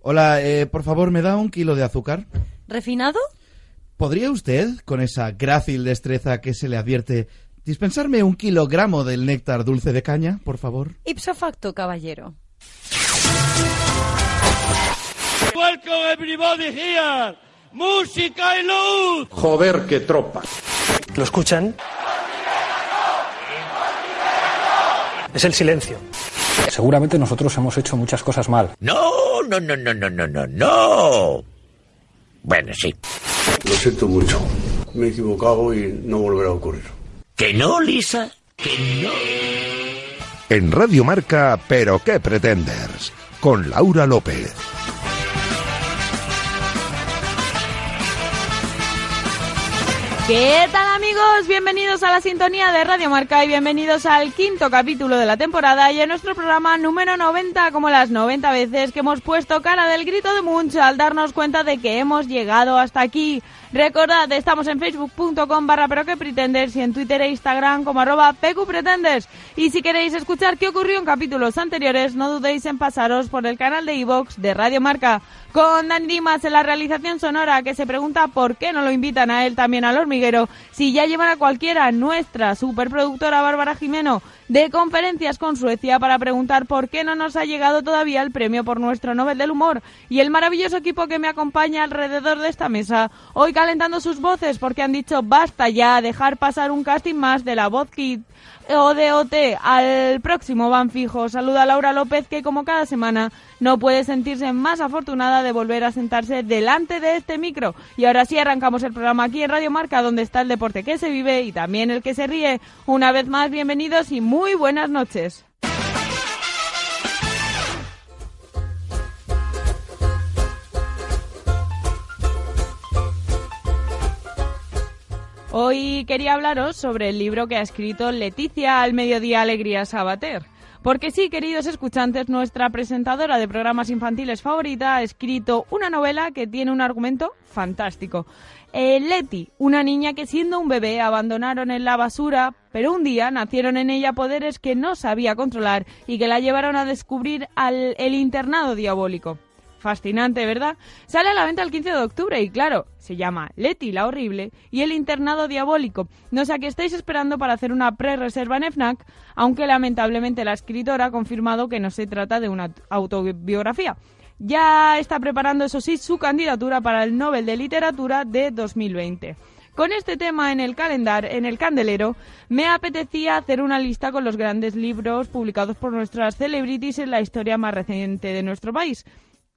Hola, eh, por favor, ¿me da un kilo de azúcar? ¿Refinado? ¿Podría usted, con esa grácil destreza que se le advierte, dispensarme un kilogramo del néctar dulce de caña, por favor? Ipso facto, caballero. Welcome everybody here. Música y luz. Joder, qué tropa. ¿Lo escuchan? Es el silencio. Seguramente nosotros hemos hecho muchas cosas mal. No, no, no, no, no, no, no, no. Bueno, sí. Lo siento mucho. Me he equivocado y no volverá a ocurrir. Que no, Lisa. Que no. En Radio Marca, Pero qué pretenders, con Laura López. ¿Qué tal amigos? Bienvenidos a la sintonía de Radio Marca y bienvenidos al quinto capítulo de la temporada y a nuestro programa número 90 como las 90 veces que hemos puesto cara del grito de Munch al darnos cuenta de que hemos llegado hasta aquí. Recordad, estamos en facebook.com barra pero que pretenders y en Twitter e Instagram como arroba pqpretenders. Y si queréis escuchar qué ocurrió en capítulos anteriores, no dudéis en pasaros por el canal de iVox de Radio Marca. Con Dan Dimas en la realización sonora que se pregunta por qué no lo invitan a él también al hormiguero, si ya llevan a cualquiera nuestra superproductora Bárbara Jimeno de conferencias con Suecia para preguntar por qué no nos ha llegado todavía el premio por nuestro Nobel del Humor y el maravilloso equipo que me acompaña alrededor de esta mesa, hoy calentando sus voces porque han dicho basta ya, dejar pasar un casting más de la voz kit o de OT al próximo van fijo. Saluda a Laura López que como cada semana no puede sentirse más afortunada de volver a sentarse delante de este micro. Y ahora sí arrancamos el programa aquí en Radio Marca donde está el deporte que se vive y también el que se ríe. Una vez más bienvenidos y muy buenas noches. Hoy quería hablaros sobre el libro que ha escrito Leticia al mediodía Alegría Sabater. Porque sí, queridos escuchantes, nuestra presentadora de programas infantiles favorita ha escrito una novela que tiene un argumento fantástico. Eh, Leti, una niña que siendo un bebé abandonaron en la basura, pero un día nacieron en ella poderes que no sabía controlar y que la llevaron a descubrir al, el internado diabólico. Fascinante, ¿verdad? Sale a la venta el 15 de octubre y claro, se llama Leti la Horrible y El Internado Diabólico. No sé a qué estáis esperando para hacer una pre-reserva en FNAC, aunque lamentablemente la escritora ha confirmado que no se trata de una autobiografía. Ya está preparando, eso sí, su candidatura para el Nobel de Literatura de 2020. Con este tema en el calendar, en el candelero, me apetecía hacer una lista con los grandes libros publicados por nuestras celebrities en la historia más reciente de nuestro país.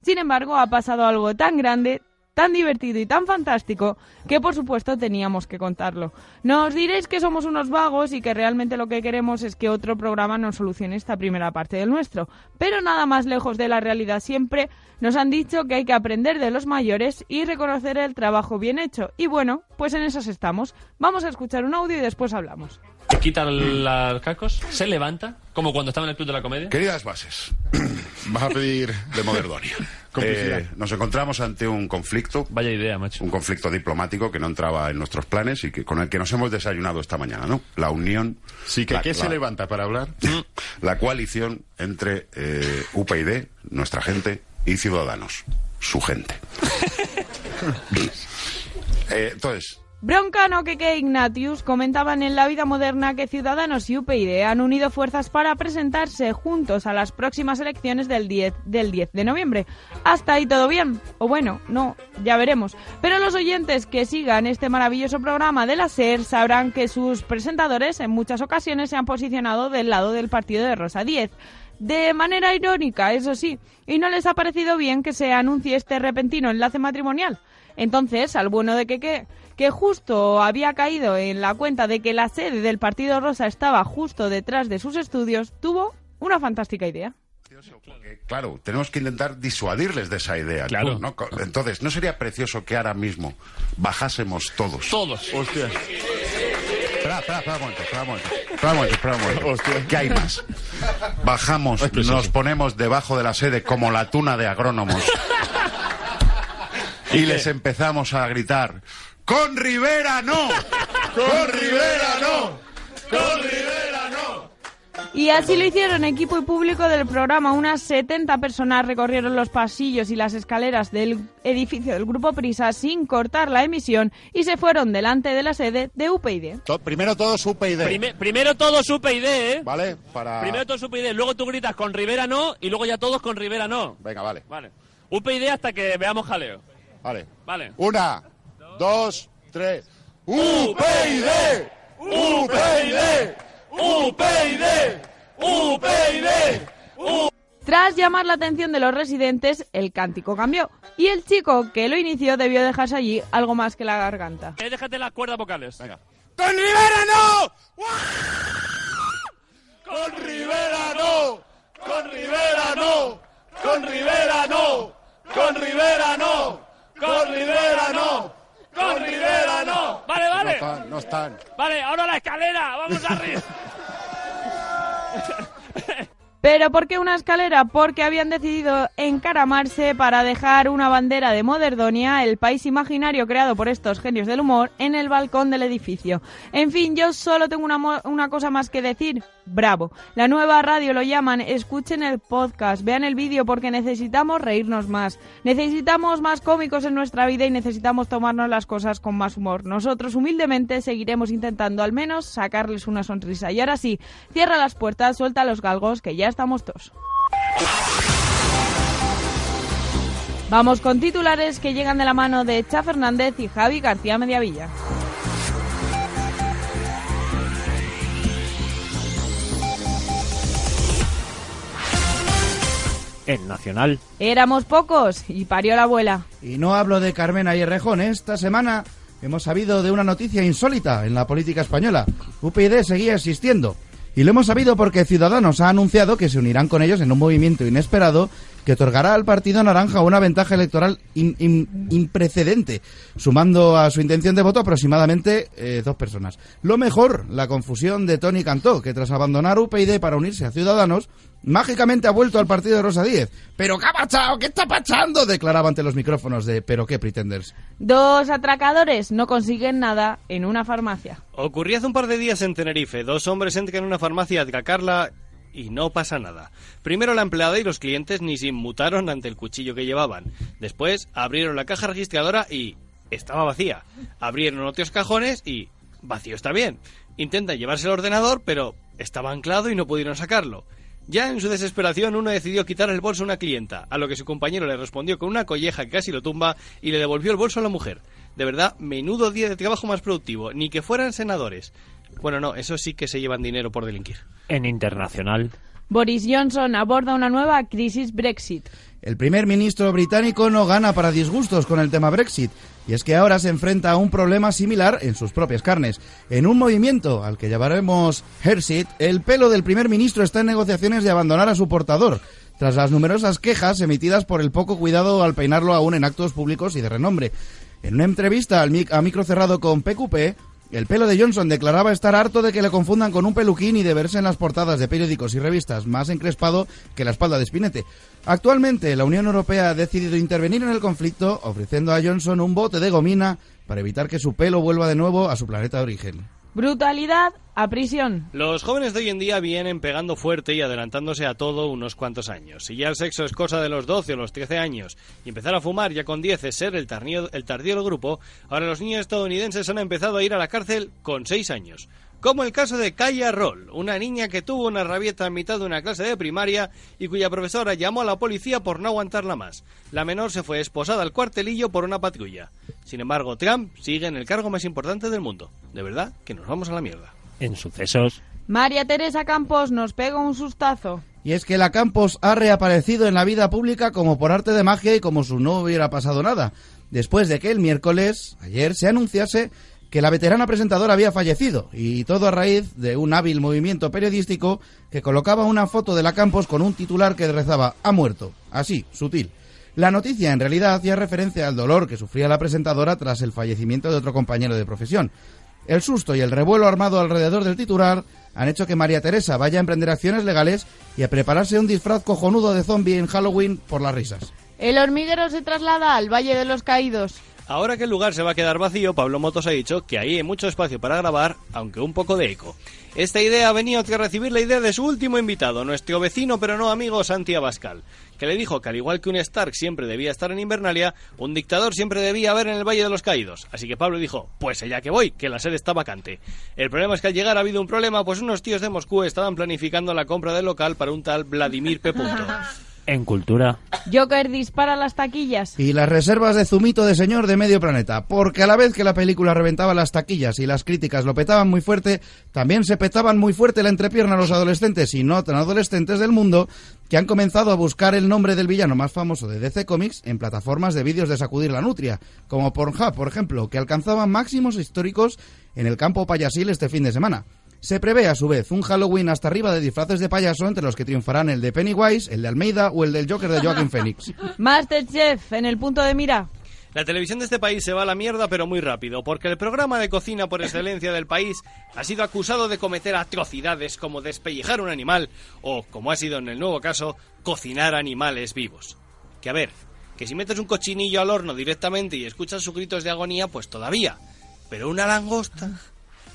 Sin embargo, ha pasado algo tan grande, tan divertido y tan fantástico que por supuesto teníamos que contarlo. Nos diréis que somos unos vagos y que realmente lo que queremos es que otro programa nos solucione esta primera parte del nuestro. Pero nada más lejos de la realidad siempre nos han dicho que hay que aprender de los mayores y reconocer el trabajo bien hecho. Y bueno, pues en esas estamos. Vamos a escuchar un audio y después hablamos. Se quita los cacos, se levanta, como cuando estaba en el Club de la Comedia. Queridas bases, vas a pedir de Moderdonia. Complicidad. Eh, nos encontramos ante un conflicto. Vaya idea, macho. Un conflicto diplomático que no entraba en nuestros planes y que con el que nos hemos desayunado esta mañana, ¿no? La unión. Sí, que ¿qué se levanta para hablar? La coalición entre eh, UPyD, nuestra gente, y Ciudadanos, su gente. Eh, entonces, Broncano, Keke e Ignatius comentaban en La Vida Moderna que Ciudadanos y UPyD han unido fuerzas para presentarse juntos a las próximas elecciones del 10, del 10 de noviembre. Hasta ahí todo bien. O bueno, no, ya veremos. Pero los oyentes que sigan este maravilloso programa de la SER sabrán que sus presentadores en muchas ocasiones se han posicionado del lado del partido de Rosa 10 de manera irónica, eso sí, y no les ha parecido bien que se anuncie este repentino enlace matrimonial. Entonces, al bueno de Keke, que justo había caído en la cuenta de que la sede del Partido Rosa estaba justo detrás de sus estudios, tuvo una fantástica idea. porque, claro, tenemos que intentar disuadirles de esa idea. Claro. ¿no? Co- Entonces, ¿no sería precioso que ahora mismo bajásemos todos? Todos. Hostia. Espera, espera, espera un momento, espera un momento. Espera un momento, espera un momento. ¿Qué hay más? Bajamos, pues nos ponemos debajo de la sede como la tuna de agrónomos y les empezamos a gritar: ¡Con Rivera no! ¡Con Rivera no! ¡Con Rivera no! Y así lo hicieron equipo y público del programa. Unas 70 personas recorrieron los pasillos y las escaleras del edificio del Grupo Prisa sin cortar la emisión y se fueron delante de la sede de UPyD. primero todos UPyD. Prime- primero todos UPyD, ¿eh? Vale, para... Primero todos UPyD, luego tú gritas con Rivera no y luego ya todos con Rivera no. Venga, vale. Vale. UPyD hasta que veamos jaleo. Vale. Vale. Una, dos, tres. ¡UPyD! ¡UPyD! UPyD, UPyD. Tras llamar la atención de los residentes, el cántico cambió y el chico que lo inició debió dejarse allí algo más que la garganta. Eh, déjate las cuerdas vocales. Venga. ¡Con Rivera no! ¡Con Rivera no! ¡Con Rivera no! ¡Con Rivera no! ¡Con Rivera no! ¡Con Rivera no! ¡Con Rivera no! Vale, No vale. están, no están. Vale, ahora la escalera. Vamos arriba. ¿Pero por qué una escalera? Porque habían decidido encaramarse para dejar una bandera de Moderdonia, el país imaginario creado por estos genios del humor, en el balcón del edificio. En fin, yo solo tengo una, mo- una cosa más que decir. Bravo. La nueva radio lo llaman, escuchen el podcast, vean el vídeo porque necesitamos reírnos más. Necesitamos más cómicos en nuestra vida y necesitamos tomarnos las cosas con más humor. Nosotros humildemente seguiremos intentando al menos sacarles una sonrisa. Y ahora sí, cierra las puertas, suelta los galgos, que ya estamos todos. Vamos con titulares que llegan de la mano de Cha Fernández y Javi García Mediavilla. En Nacional. Éramos pocos y parió la abuela. Y no hablo de Carmena y Rejón. Esta semana hemos sabido de una noticia insólita en la política española. UPyD seguía existiendo. Y lo hemos sabido porque Ciudadanos ha anunciado que se unirán con ellos en un movimiento inesperado que otorgará al Partido Naranja una ventaja electoral in- in- imprecedente, sumando a su intención de voto aproximadamente eh, dos personas. Lo mejor, la confusión de Tony Cantó, que tras abandonar UPyD para unirse a Ciudadanos, mágicamente ha vuelto al partido de Rosa Díez. ¡Pero qué ha pasado! ¿Qué está pasando? declaraba ante los micrófonos de ¿Pero qué pretenders? Dos atracadores no consiguen nada en una farmacia. Ocurrió hace un par de días en Tenerife. Dos hombres entran en una farmacia a atracarla y no pasa nada. Primero la empleada y los clientes ni se inmutaron ante el cuchillo que llevaban. Después abrieron la caja registradora y estaba vacía. Abrieron otros cajones y vacío está bien. Intentan llevarse el ordenador, pero estaba anclado y no pudieron sacarlo. Ya en su desesperación uno decidió quitar el bolso a una clienta, a lo que su compañero le respondió con una colleja que casi lo tumba y le devolvió el bolso a la mujer. De verdad, menudo día de trabajo más productivo, ni que fueran senadores. Bueno, no, eso sí que se llevan dinero por delinquir. En Internacional. Boris Johnson aborda una nueva crisis Brexit. El primer ministro británico no gana para disgustos con el tema Brexit, y es que ahora se enfrenta a un problema similar en sus propias carnes. En un movimiento al que llamaremos Hersit, el pelo del primer ministro está en negociaciones de abandonar a su portador, tras las numerosas quejas emitidas por el poco cuidado al peinarlo aún en actos públicos y de renombre. En una entrevista al mic- a micro cerrado con PQP, el pelo de Johnson declaraba estar harto de que le confundan con un peluquín y de verse en las portadas de periódicos y revistas más encrespado que la espalda de Spinete. Actualmente, la Unión Europea ha decidido intervenir en el conflicto ofreciendo a Johnson un bote de gomina para evitar que su pelo vuelva de nuevo a su planeta de origen. Brutalidad a prisión. Los jóvenes de hoy en día vienen pegando fuerte y adelantándose a todo unos cuantos años. Si ya el sexo es cosa de los 12 o los 13 años y empezar a fumar ya con 10 es ser el tardío, el tardío del grupo, ahora los niños estadounidenses han empezado a ir a la cárcel con 6 años. Como el caso de Kaya Roll, una niña que tuvo una rabieta en mitad de una clase de primaria y cuya profesora llamó a la policía por no aguantarla más. La menor se fue esposada al cuartelillo por una patrulla. Sin embargo, Trump sigue en el cargo más importante del mundo. De verdad que nos vamos a la mierda. En Sucesos. María Teresa Campos nos pega un sustazo. Y es que la Campos ha reaparecido en la vida pública como por arte de magia y como si no hubiera pasado nada, después de que el miércoles, ayer, se anunciase que la veterana presentadora había fallecido, y todo a raíz de un hábil movimiento periodístico que colocaba una foto de la Campos con un titular que rezaba ha muerto, así, sutil. La noticia en realidad hacía referencia al dolor que sufría la presentadora tras el fallecimiento de otro compañero de profesión. El susto y el revuelo armado alrededor del titular han hecho que María Teresa vaya a emprender acciones legales y a prepararse un disfraz cojonudo de zombie en Halloween por las risas. El hormiguero se traslada al Valle de los Caídos. Ahora que el lugar se va a quedar vacío, Pablo Motos ha dicho que ahí hay mucho espacio para grabar, aunque un poco de eco. Esta idea ha venido tras recibir la idea de su último invitado, nuestro vecino pero no amigo Santi Abascal, que le dijo que al igual que un Stark siempre debía estar en Invernalia, un dictador siempre debía haber en el Valle de los Caídos. Así que Pablo dijo, pues allá que voy, que la sede está vacante. El problema es que al llegar ha habido un problema, pues unos tíos de Moscú estaban planificando la compra del local para un tal Vladimir P. En cultura. Joker dispara las taquillas. Y las reservas de zumito de señor de medio planeta, porque a la vez que la película reventaba las taquillas y las críticas lo petaban muy fuerte, también se petaban muy fuerte la entrepierna a los adolescentes y no tan adolescentes del mundo que han comenzado a buscar el nombre del villano más famoso de DC Comics en plataformas de vídeos de sacudir la nutria, como Pornhub, por ejemplo, que alcanzaba máximos históricos en el campo payasil este fin de semana. Se prevé a su vez un Halloween hasta arriba de disfraces de payaso entre los que triunfarán el de Pennywise, el de Almeida o el del Joker de Joaquin Phoenix. Masterchef en el punto de mira. La televisión de este país se va a la mierda, pero muy rápido, porque el programa de cocina por excelencia del país ha sido acusado de cometer atrocidades como despellejar un animal o, como ha sido en el nuevo caso, cocinar animales vivos. Que a ver, que si metes un cochinillo al horno directamente y escuchas sus gritos de agonía, pues todavía. Pero una langosta,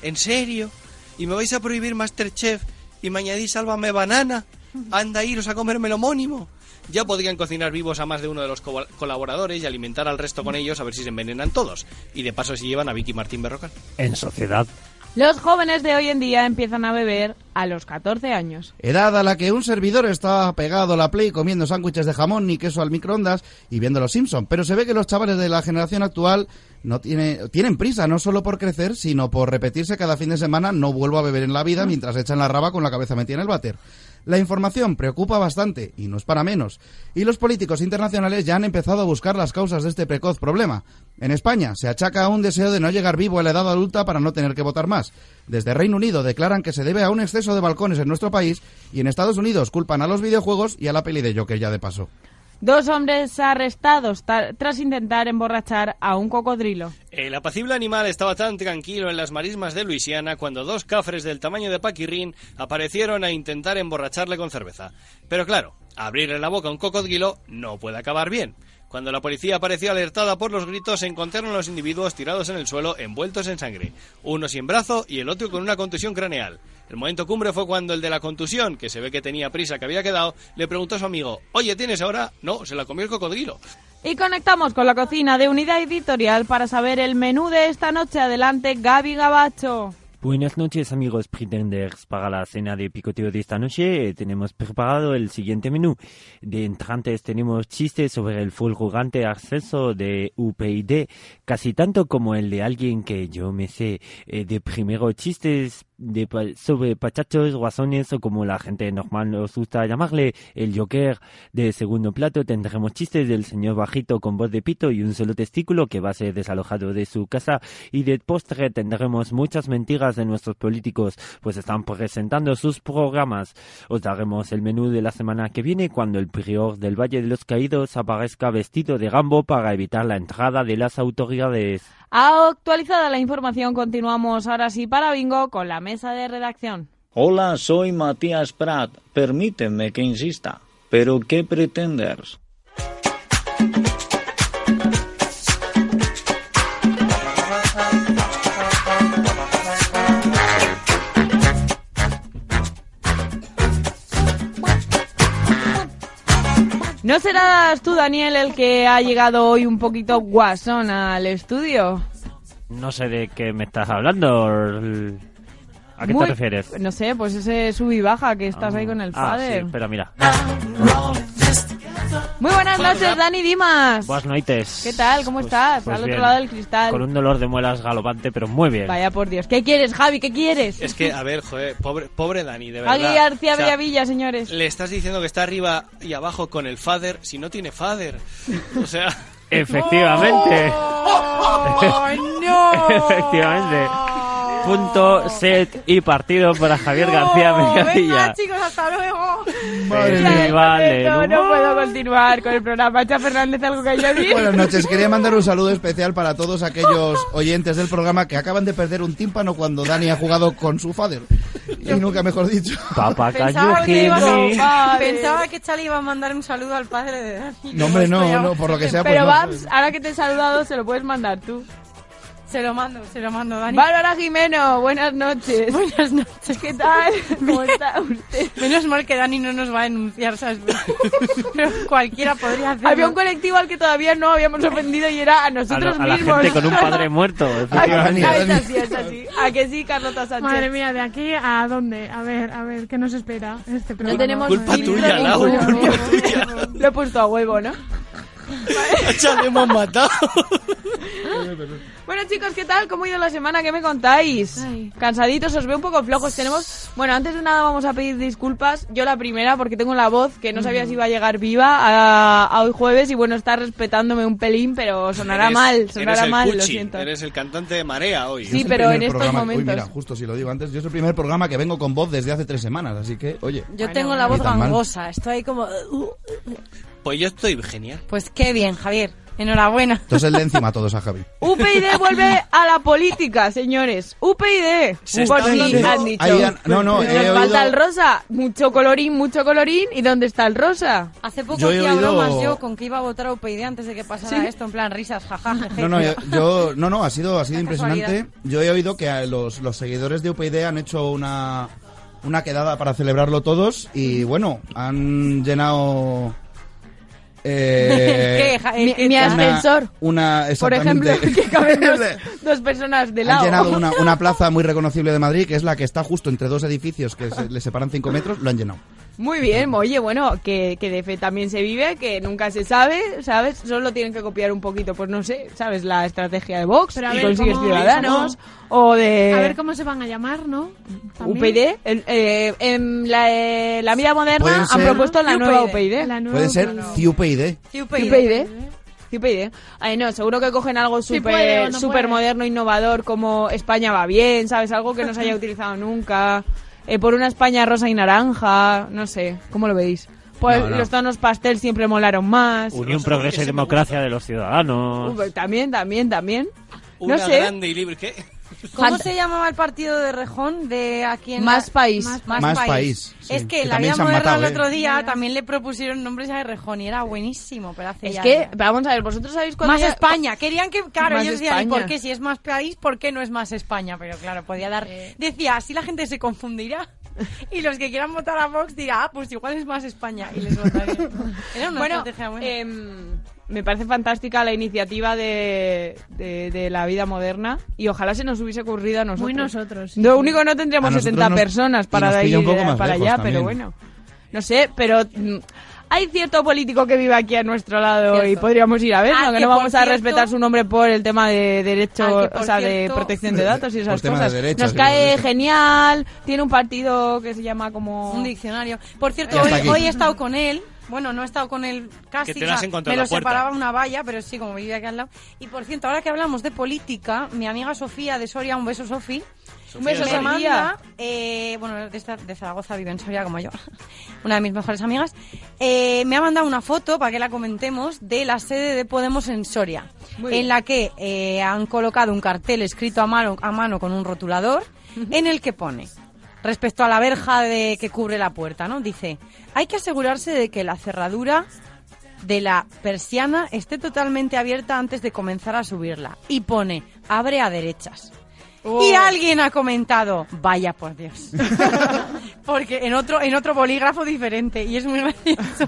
¿en serio? ¿Y me vais a prohibir Masterchef y me añadís Sálvame Banana? Anda a iros a comerme lo homónimo. Ya podrían cocinar vivos a más de uno de los co- colaboradores y alimentar al resto con ellos a ver si se envenenan todos. Y de paso si llevan a Vicky Martín Berrocal. En sociedad. Los jóvenes de hoy en día empiezan a beber a los 14 años. Edad a la que un servidor estaba pegado a la Play comiendo sándwiches de jamón ni queso al microondas y viendo Los Simpson, pero se ve que los chavales de la generación actual no tiene- tienen prisa, no solo por crecer, sino por repetirse cada fin de semana no vuelvo a beber en la vida mientras echan la raba con la cabeza metida en el váter. La información preocupa bastante, y no es para menos, y los políticos internacionales ya han empezado a buscar las causas de este precoz problema. En España se achaca a un deseo de no llegar vivo a la edad adulta para no tener que votar más. Desde Reino Unido declaran que se debe a un exceso de balcones en nuestro país, y en Estados Unidos culpan a los videojuegos y a la peli de Joker ya de paso. Dos hombres arrestados ta- tras intentar emborrachar a un cocodrilo. El apacible animal estaba tan tranquilo en las marismas de Luisiana cuando dos cafres del tamaño de Paquirrín aparecieron a intentar emborracharle con cerveza. Pero claro, abrirle la boca a un cocodrilo no puede acabar bien. Cuando la policía apareció alertada por los gritos, se encontraron los individuos tirados en el suelo, envueltos en sangre, uno sin brazo y el otro con una contusión craneal. El momento cumbre fue cuando el de la contusión, que se ve que tenía prisa que había quedado, le preguntó a su amigo, oye, ¿tienes ahora? No, se la comió el cocodrilo. Y conectamos con la cocina de Unidad Editorial para saber el menú de esta noche. Adelante, Gaby Gabacho. Buenas noches amigos pretenders. Para la cena de picoteo de esta noche eh, tenemos preparado el siguiente menú. De entrantes tenemos chistes sobre el fulgurante acceso de UPyD, casi tanto como el de alguien que yo me sé. Eh, de primero chistes de pa- sobre pachachos, guasones o como la gente normal nos gusta llamarle, el Joker. De segundo plato tendremos chistes del señor bajito con voz de pito y un solo testículo que va a ser desalojado de su casa. Y de postre tendremos muchas mentiras de nuestros políticos, pues están presentando sus programas. Os daremos el menú de la semana que viene cuando el prior del Valle de los Caídos aparezca vestido de gambo para evitar la entrada de las autoridades. Actualizada la información, continuamos ahora sí para Bingo con la mesa de redacción. Hola, soy Matías Prat. Permíteme que insista. ¿Pero qué pretendes? ¿No serás tú, Daniel, el que ha llegado hoy un poquito guasón al estudio? No sé de qué me estás hablando. l- ¿A qué Muy- te refieres? No sé, pues ese sub y baja que estás ahí con el Ah, fader. sí, pero mira. Muy buenas noches, Dani Dimas. Buenas noites. ¿Qué tal? ¿Cómo estás? pues al otro bien. lado del cristal. Con un dolor de muelas galopante, pero muy bien. Vaya por Dios. ¿Qué quieres, Javi? ¿Qué quieres? Es que, a ver, joder, pobre, pobre Dani, de verdad. Agui García O sea, Bellavilla, señores. Le estás diciendo que está arriba y abajo con el father si no tiene father. O sea. Efectivamente. ¡Oh, no! Efectivamente. punto, set y partido para Javier García Mediavilla. Venga, chicos, hasta luego. Madre Ya, mía. Vale, no. no, no puedo continuar con el programa. Echa Fernández algo que añadir. Buenas noches, quería mandar un saludo especial para todos aquellos oyentes del programa que acaban de perder un tímpano cuando Dani ha jugado con su father. Y nunca mejor dicho. Papá Pensaba que, ibas a- Jimmy. Vale. Pensaba que Chali iba a mandar un saludo al padre de Dani. No, hombre, no, no, por lo que sea. pues Pero no. Babs, ahora que te he saludado, se lo puedes mandar tú. Se lo mando, se lo mando, Dani. Bárbara Jimeno, buenas noches. Buenas noches. ¿Qué tal? ¿Cómo está usted? Menos mal que Dani no nos va a denunciar, ¿sabes? Pero cualquiera podría hacerlo. Había un colectivo al que todavía no habíamos ofendido y era a A, lo- nosotros a la mismos. gente con un padre muerto. efectivamente. Ah, es así, es así. ¿A que sí, Carlota Sánchez? Madre mía, de aquí a dónde? A ver, a ver, ¿qué nos espera este programa? tenemos Culpa filtro tuya, Lau, ninguno. culpa Lo he puesto a huevo, ¿no? Ya le hemos matado. Bueno, chicos, ¿qué tal? ¿Cómo ha ido la semana? ¿Qué me contáis? Cansaditos, os veo un poco flojos. Tenemos. Bueno, antes de nada, vamos a pedir disculpas. Yo la primera, porque tengo la voz que no sabía si iba a llegar viva a, a hoy jueves. Y bueno, está respetándome un pelín, pero sonará Eres- mal. eres Sonará el mal, lo cuchi, siento. Eres el cantante de Marea hoy. Sí, Es el pero primer en estos programa- Uy, momentos. mira, justo si lo digo antes, yo es el primer programa que vengo con voz desde hace tres semanas, así que, oye. Yo tengo la voz ni tan mal. gangosa, estoy ahí como... uh, uh. Pues yo estoy genial. Pues qué bien, Javier. Enhorabuena. Entonces le encima a todos a Javi. UPyD vuelve a la política, señores. UPyD. Se Por está fin hablando- han dicho. Ahí han- no, no, he Nos falta oído- el rosa. Mucho colorín, mucho colorín. ¿Y dónde está el rosa? Hace poco Yo he hacía oído- bromas yo con que iba a votar a UPyD antes de que pasara esto, en plan risas, jaja, jeje. No, no, yo, yo- no, no, ha sido, ha sido La impresionante. casualidad. Yo he oído que a los, los seguidores de UPyD han hecho una, una quedada para celebrarlo todos y bueno, han llenado... eh, ¿Qué, ja- eh, Mi- qué mi tal? ascensor. Una, una- Por exactamente. ejemplo, que caben dos, dos personas de lado. Han llenado una, una plaza muy reconocible de Madrid, que es la que está justo entre dos edificios que se- le separan 5 metros, lo han llenado. Muy bien, oye, bueno, que, que de fe también se vive, que nunca se sabe, ¿sabes? Solo tienen que copiar un poquito, pues no sé, ¿sabes? La estrategia de Vox, Pero a y ver, consigues ¿cómo- ciudadanos, o de... A ver cómo se van a llamar, ¿no? UPyD, el- eh, en la, eh, la vida Pueden moderna han ser- propuesto la UPyD. nueva UPyD. Pueden ser CUPyD. UPyD. UPyD. Ay, no, seguro que cogen algo Sí puede o súper no súper puede. moderno, innovador, como España va bien, ¿sabes? Algo que no se haya utilizado nunca. Eh, por una España rosa y naranja, no sé, ¿cómo lo veis? Pues No, no. los tonos pastel siempre molaron más. Unión, progreso y democracia de los ciudadanos. Uy, también, también, también. Una no sé. grande y libre. ¿Qué? ¿Cómo Fant- se llamaba el partido de Rejón de aquí en Más la- país. Más, Más país. país, sí. Es que, Que la también vida se han moderna matado, el otro ¿eh? día también le propusieron nombres a Rejón y era buenísimo, pero hace Es ya- que, vamos a ver, vosotros sabéis cuándo... más ya- España. Querían que, claro, Más ellos decían, ¿y España. por qué si es más país, por qué no es más España? Pero claro, podía dar. Eh. Decía, así la gente se confundirá. Y los que quieran votar a Vox dirán, ah, pues igual es más España. Y les votarían. Era una Bueno, estrategia buena. em, me parece fantástica la iniciativa de, de, de la vida moderna y ojalá se nos hubiese ocurrido a nosotros. Muy nosotros, sí. Lo único no A tendríamos nosotros 70 nos- personas y para nos de ahí pilla un poco de- más para lejos allá, también. pero bueno. No sé, pero mm, hay cierto político que vive aquí a nuestro lado y Cierto. podríamos ir a ver, Ah, ¿no? que que no por vamos a cierto- respetar su nombre por el tema de derecho, Ah, que por o sea, de cierto- protección de datos y Por esas tema de cosas. derechos, Nos sí, cae por eso. genial, tiene un partido que se llama como... Un diccionario. Por cierto, Ya hoy, está aquí. hoy he estado con él. Bueno, no he estado con él casi. Que te lo has o sea, encontrado me en la lo puerta. separaba una valla, pero sí, como vivía aquí al lado. Y por cierto, ahora que hablamos de política, mi amiga Sofía de Soria, un beso, Sofía. Un beso, me Sofía. manda, eh, bueno, de, esta- de Zaragoza vive en Soria como yo, una de mis mejores amigas, eh, me ha mandado una foto para que la comentemos de la sede de Podemos en Soria, Muy bien. en la que eh, han colocado un cartel escrito a mano, a mano con un rotulador en el que pone respecto a la verja de que cubre la puerta, ¿no? Dice, hay que asegurarse de que la cerradura de la persiana esté totalmente abierta antes de comenzar a subirla. Y pone, abre a derechas. Y Oh. alguien ha comentado, vaya por Dios. Porque en otro, en otro bolígrafo diferente. Y es muy gracioso.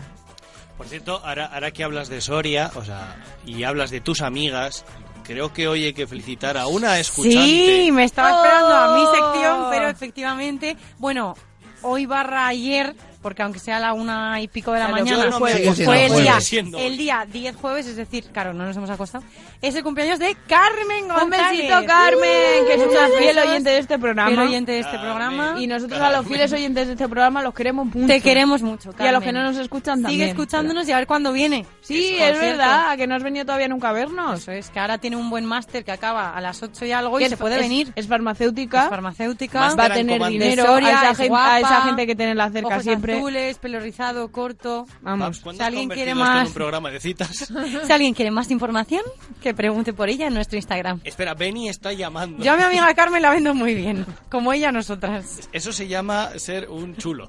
Por cierto, ahora, ahora que hablas de Soria, o sea, y hablas de tus amigas, creo que hoy hay que felicitar a una escuchante. Sí, me estaba esperando a mi Oh. sección, pero efectivamente, bueno, hoy barra ayer porque aunque sea la una y pico de la Claro, mañana, yo no me fue- acuerdo. fue el Sigue día, siendo. el día 10 jueves, es decir, claro, no nos hemos acostado, es el cumpleaños de Carmen González. Uh. Un besito, Carmen, que es una fiel oyente de este programa. Fiel oyente de este programa. Y nosotros a los fieles oyentes de este programa los queremos mucho. Te queremos mucho, Y a los Carmen. que no nos escuchan también. Sigue escuchándonos y a ver cuándo viene. Sí, Por cierto. es verdad, que no has venido todavía nunca a vernos. Eso es, que ahora tiene un buen máster que acaba a las 8 y algo Que y es- se puede es- venir. Es farmacéutica. Es farmacéutica. Va a tener dinero Soria, a, esa es gente, guapa, a esa gente que tenerla cerca ojos siempre. azules, pelo rizado, corto. Vamos, ¿Cuándo si has alguien quiere convertido esto en más... un programa de citas? Si alguien quiere más información, que pregunte por ella en nuestro Instagram. Espera, Benny está llamando. Yo a mi amiga Carmen la vendo muy bien, como ella a nosotras. Eso se llama ser un chulo.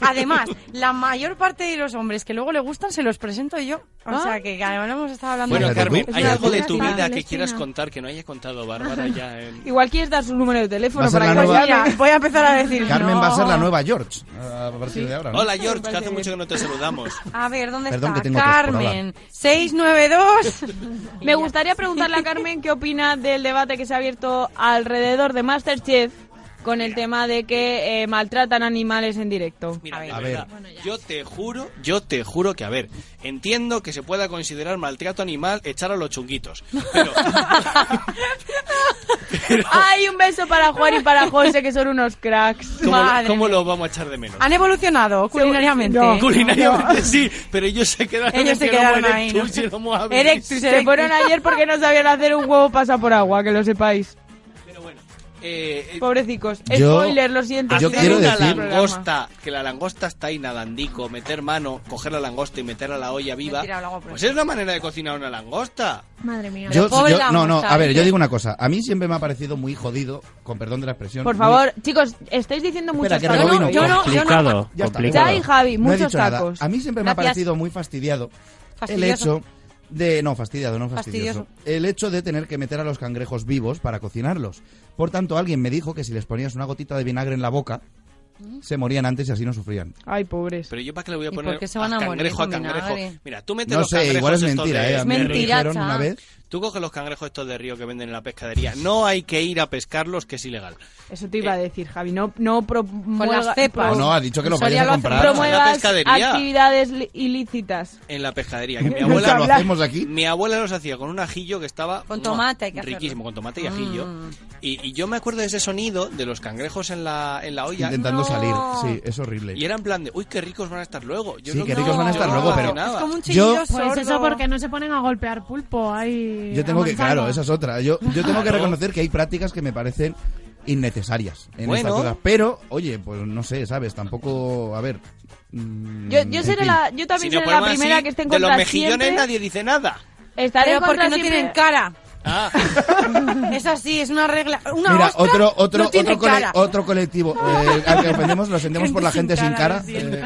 Además, la mayor parte de los hombres que luego le gustan se los presento yo. O Ah. sea que además hemos estado hablando Bueno, de- Carmen, Es ¿hay una algo de cosa tu tan vida que lesbiana. quieras contar que no haya contado Bárbara ya en... Igual quieres dar su número de Va teléfono a ser para que la nos nueva- llame. Voy a empezar a decir. Carmen no. va a ser la nueva George a partir de ahora. ¿no? Hola, George, que hace mucho que no te saludamos. A ver, ¿dónde Perdón, que está? tengo otros por Carmen, 692. Me gustaría preguntarle a Carmen qué opina del debate que se ha abierto alrededor de Masterchef con el tema de que eh, maltratan animales en directo. Mira, de verdad, yo te juro, yo te juro que, a ver, entiendo que se pueda considerar maltrato animal echar a los chunguitos. Ay, un beso para Juan y para José, que son unos cracks. ¿Cómo, lo- Madre cómo mía. Ah, lo vamos a echar de menos? Han evolucionado culinariamente. Culinariamente sí, pero ellos se quedaron Ellos en se que no quedaron mueren ahí. tú, ¿no? si no mo- Erectus, Se erectus. fueron ayer porque no sabían hacer un huevo pasa por agua, que lo sepáis. Eh, eh, Pobrecicos. Yo- Spoiler, lo siento. yo Hacer quiero una una decir- langosta, que la langosta está ahí nadandico, meter mano, coger la langosta y meterla a la olla viva, Mentira, lo hago por pues es una manera de cocinar una langosta. Madre mía. Yo, yo- no, no, a ¿eh? ver, yo digo una cosa. A mí siempre me ha parecido muy jodido, con perdón de la expresión. Por muy- favor, chicos, estáis diciendo Espera, muchos que tacos. rebobino. Yo no, yo no- Complicado, Ya está. complicado. Ya, y Javi, No he muchos dicho nada. tacos. A mí siempre me ha Gracias. parecido muy fastidiado el Fastidioso. hecho de... No, fastidiado, no fastidioso. Fastidioso. El hecho de tener que meter a los cangrejos vivos para cocinarlos. Por tanto, alguien me dijo que si les ponías una gotita de vinagre en la boca, ¿Mm? se morían antes y así no sufrían. Ay, pobres. Pero yo para qué le voy a ¿Y poner por qué se van a morir cangrejo con a cangrejo. vinagre? Mira, tú metes No los sé, cangrejos igual es estos mentira, de- eh, a mí de me río. dijeron una vez. Tú coges los cangrejos estos de río que venden en la pescadería. No hay que ir a pescarlos, que es ilegal. Eso te iba a decir, Javi. No, no promuevas, Eh, las cepas. No, no, ha dicho que los Soria vayas a lo hace comprar. mucho. En la promuevas pescadería. actividades li- ilícitas. En la pescadería. Que mi Nunca abuela lo hacemos aquí. Mi abuela los hacía con un ajillo que estaba Con ¡mua! tomate hay que hacerlo. riquísimo, con tomate y ajillo. Mm. Y, y yo me acuerdo de ese sonido de los cangrejos en la, en la olla. Intentando salir. Sí, es horrible. Y era en plan de, uy, qué ricos van a estar luego. Yo Sí, no- qué ricos no, van a estar yo no luego, me pero- imaginaba. Es como un Pues Yo- eso porque no se ponen a golpear pulpo ahí. Yo tengo a que, mansalva. claro, esa es otra. Yo, yo tengo que Claro. reconocer que hay prácticas que me parecen innecesarias en Bueno. estas cosas. Pero, oye, pues no sé, ¿sabes? Tampoco, a ver. mm, Yo, yo en seré fin. la, yo también Si nos seré la ponemos primera así, que esté en De contra los mejillones ¿eh? siempre. nadie dice nada. Estaré en Pero porque contra no siempre. tienen cara. Ah. Es así, es una regla. Una Mira, ostra otro, otro, no tiene otro, cole- cara. otro colectivo eh, al que ofendemos, lo ofendemos por la gente sin cara. eh,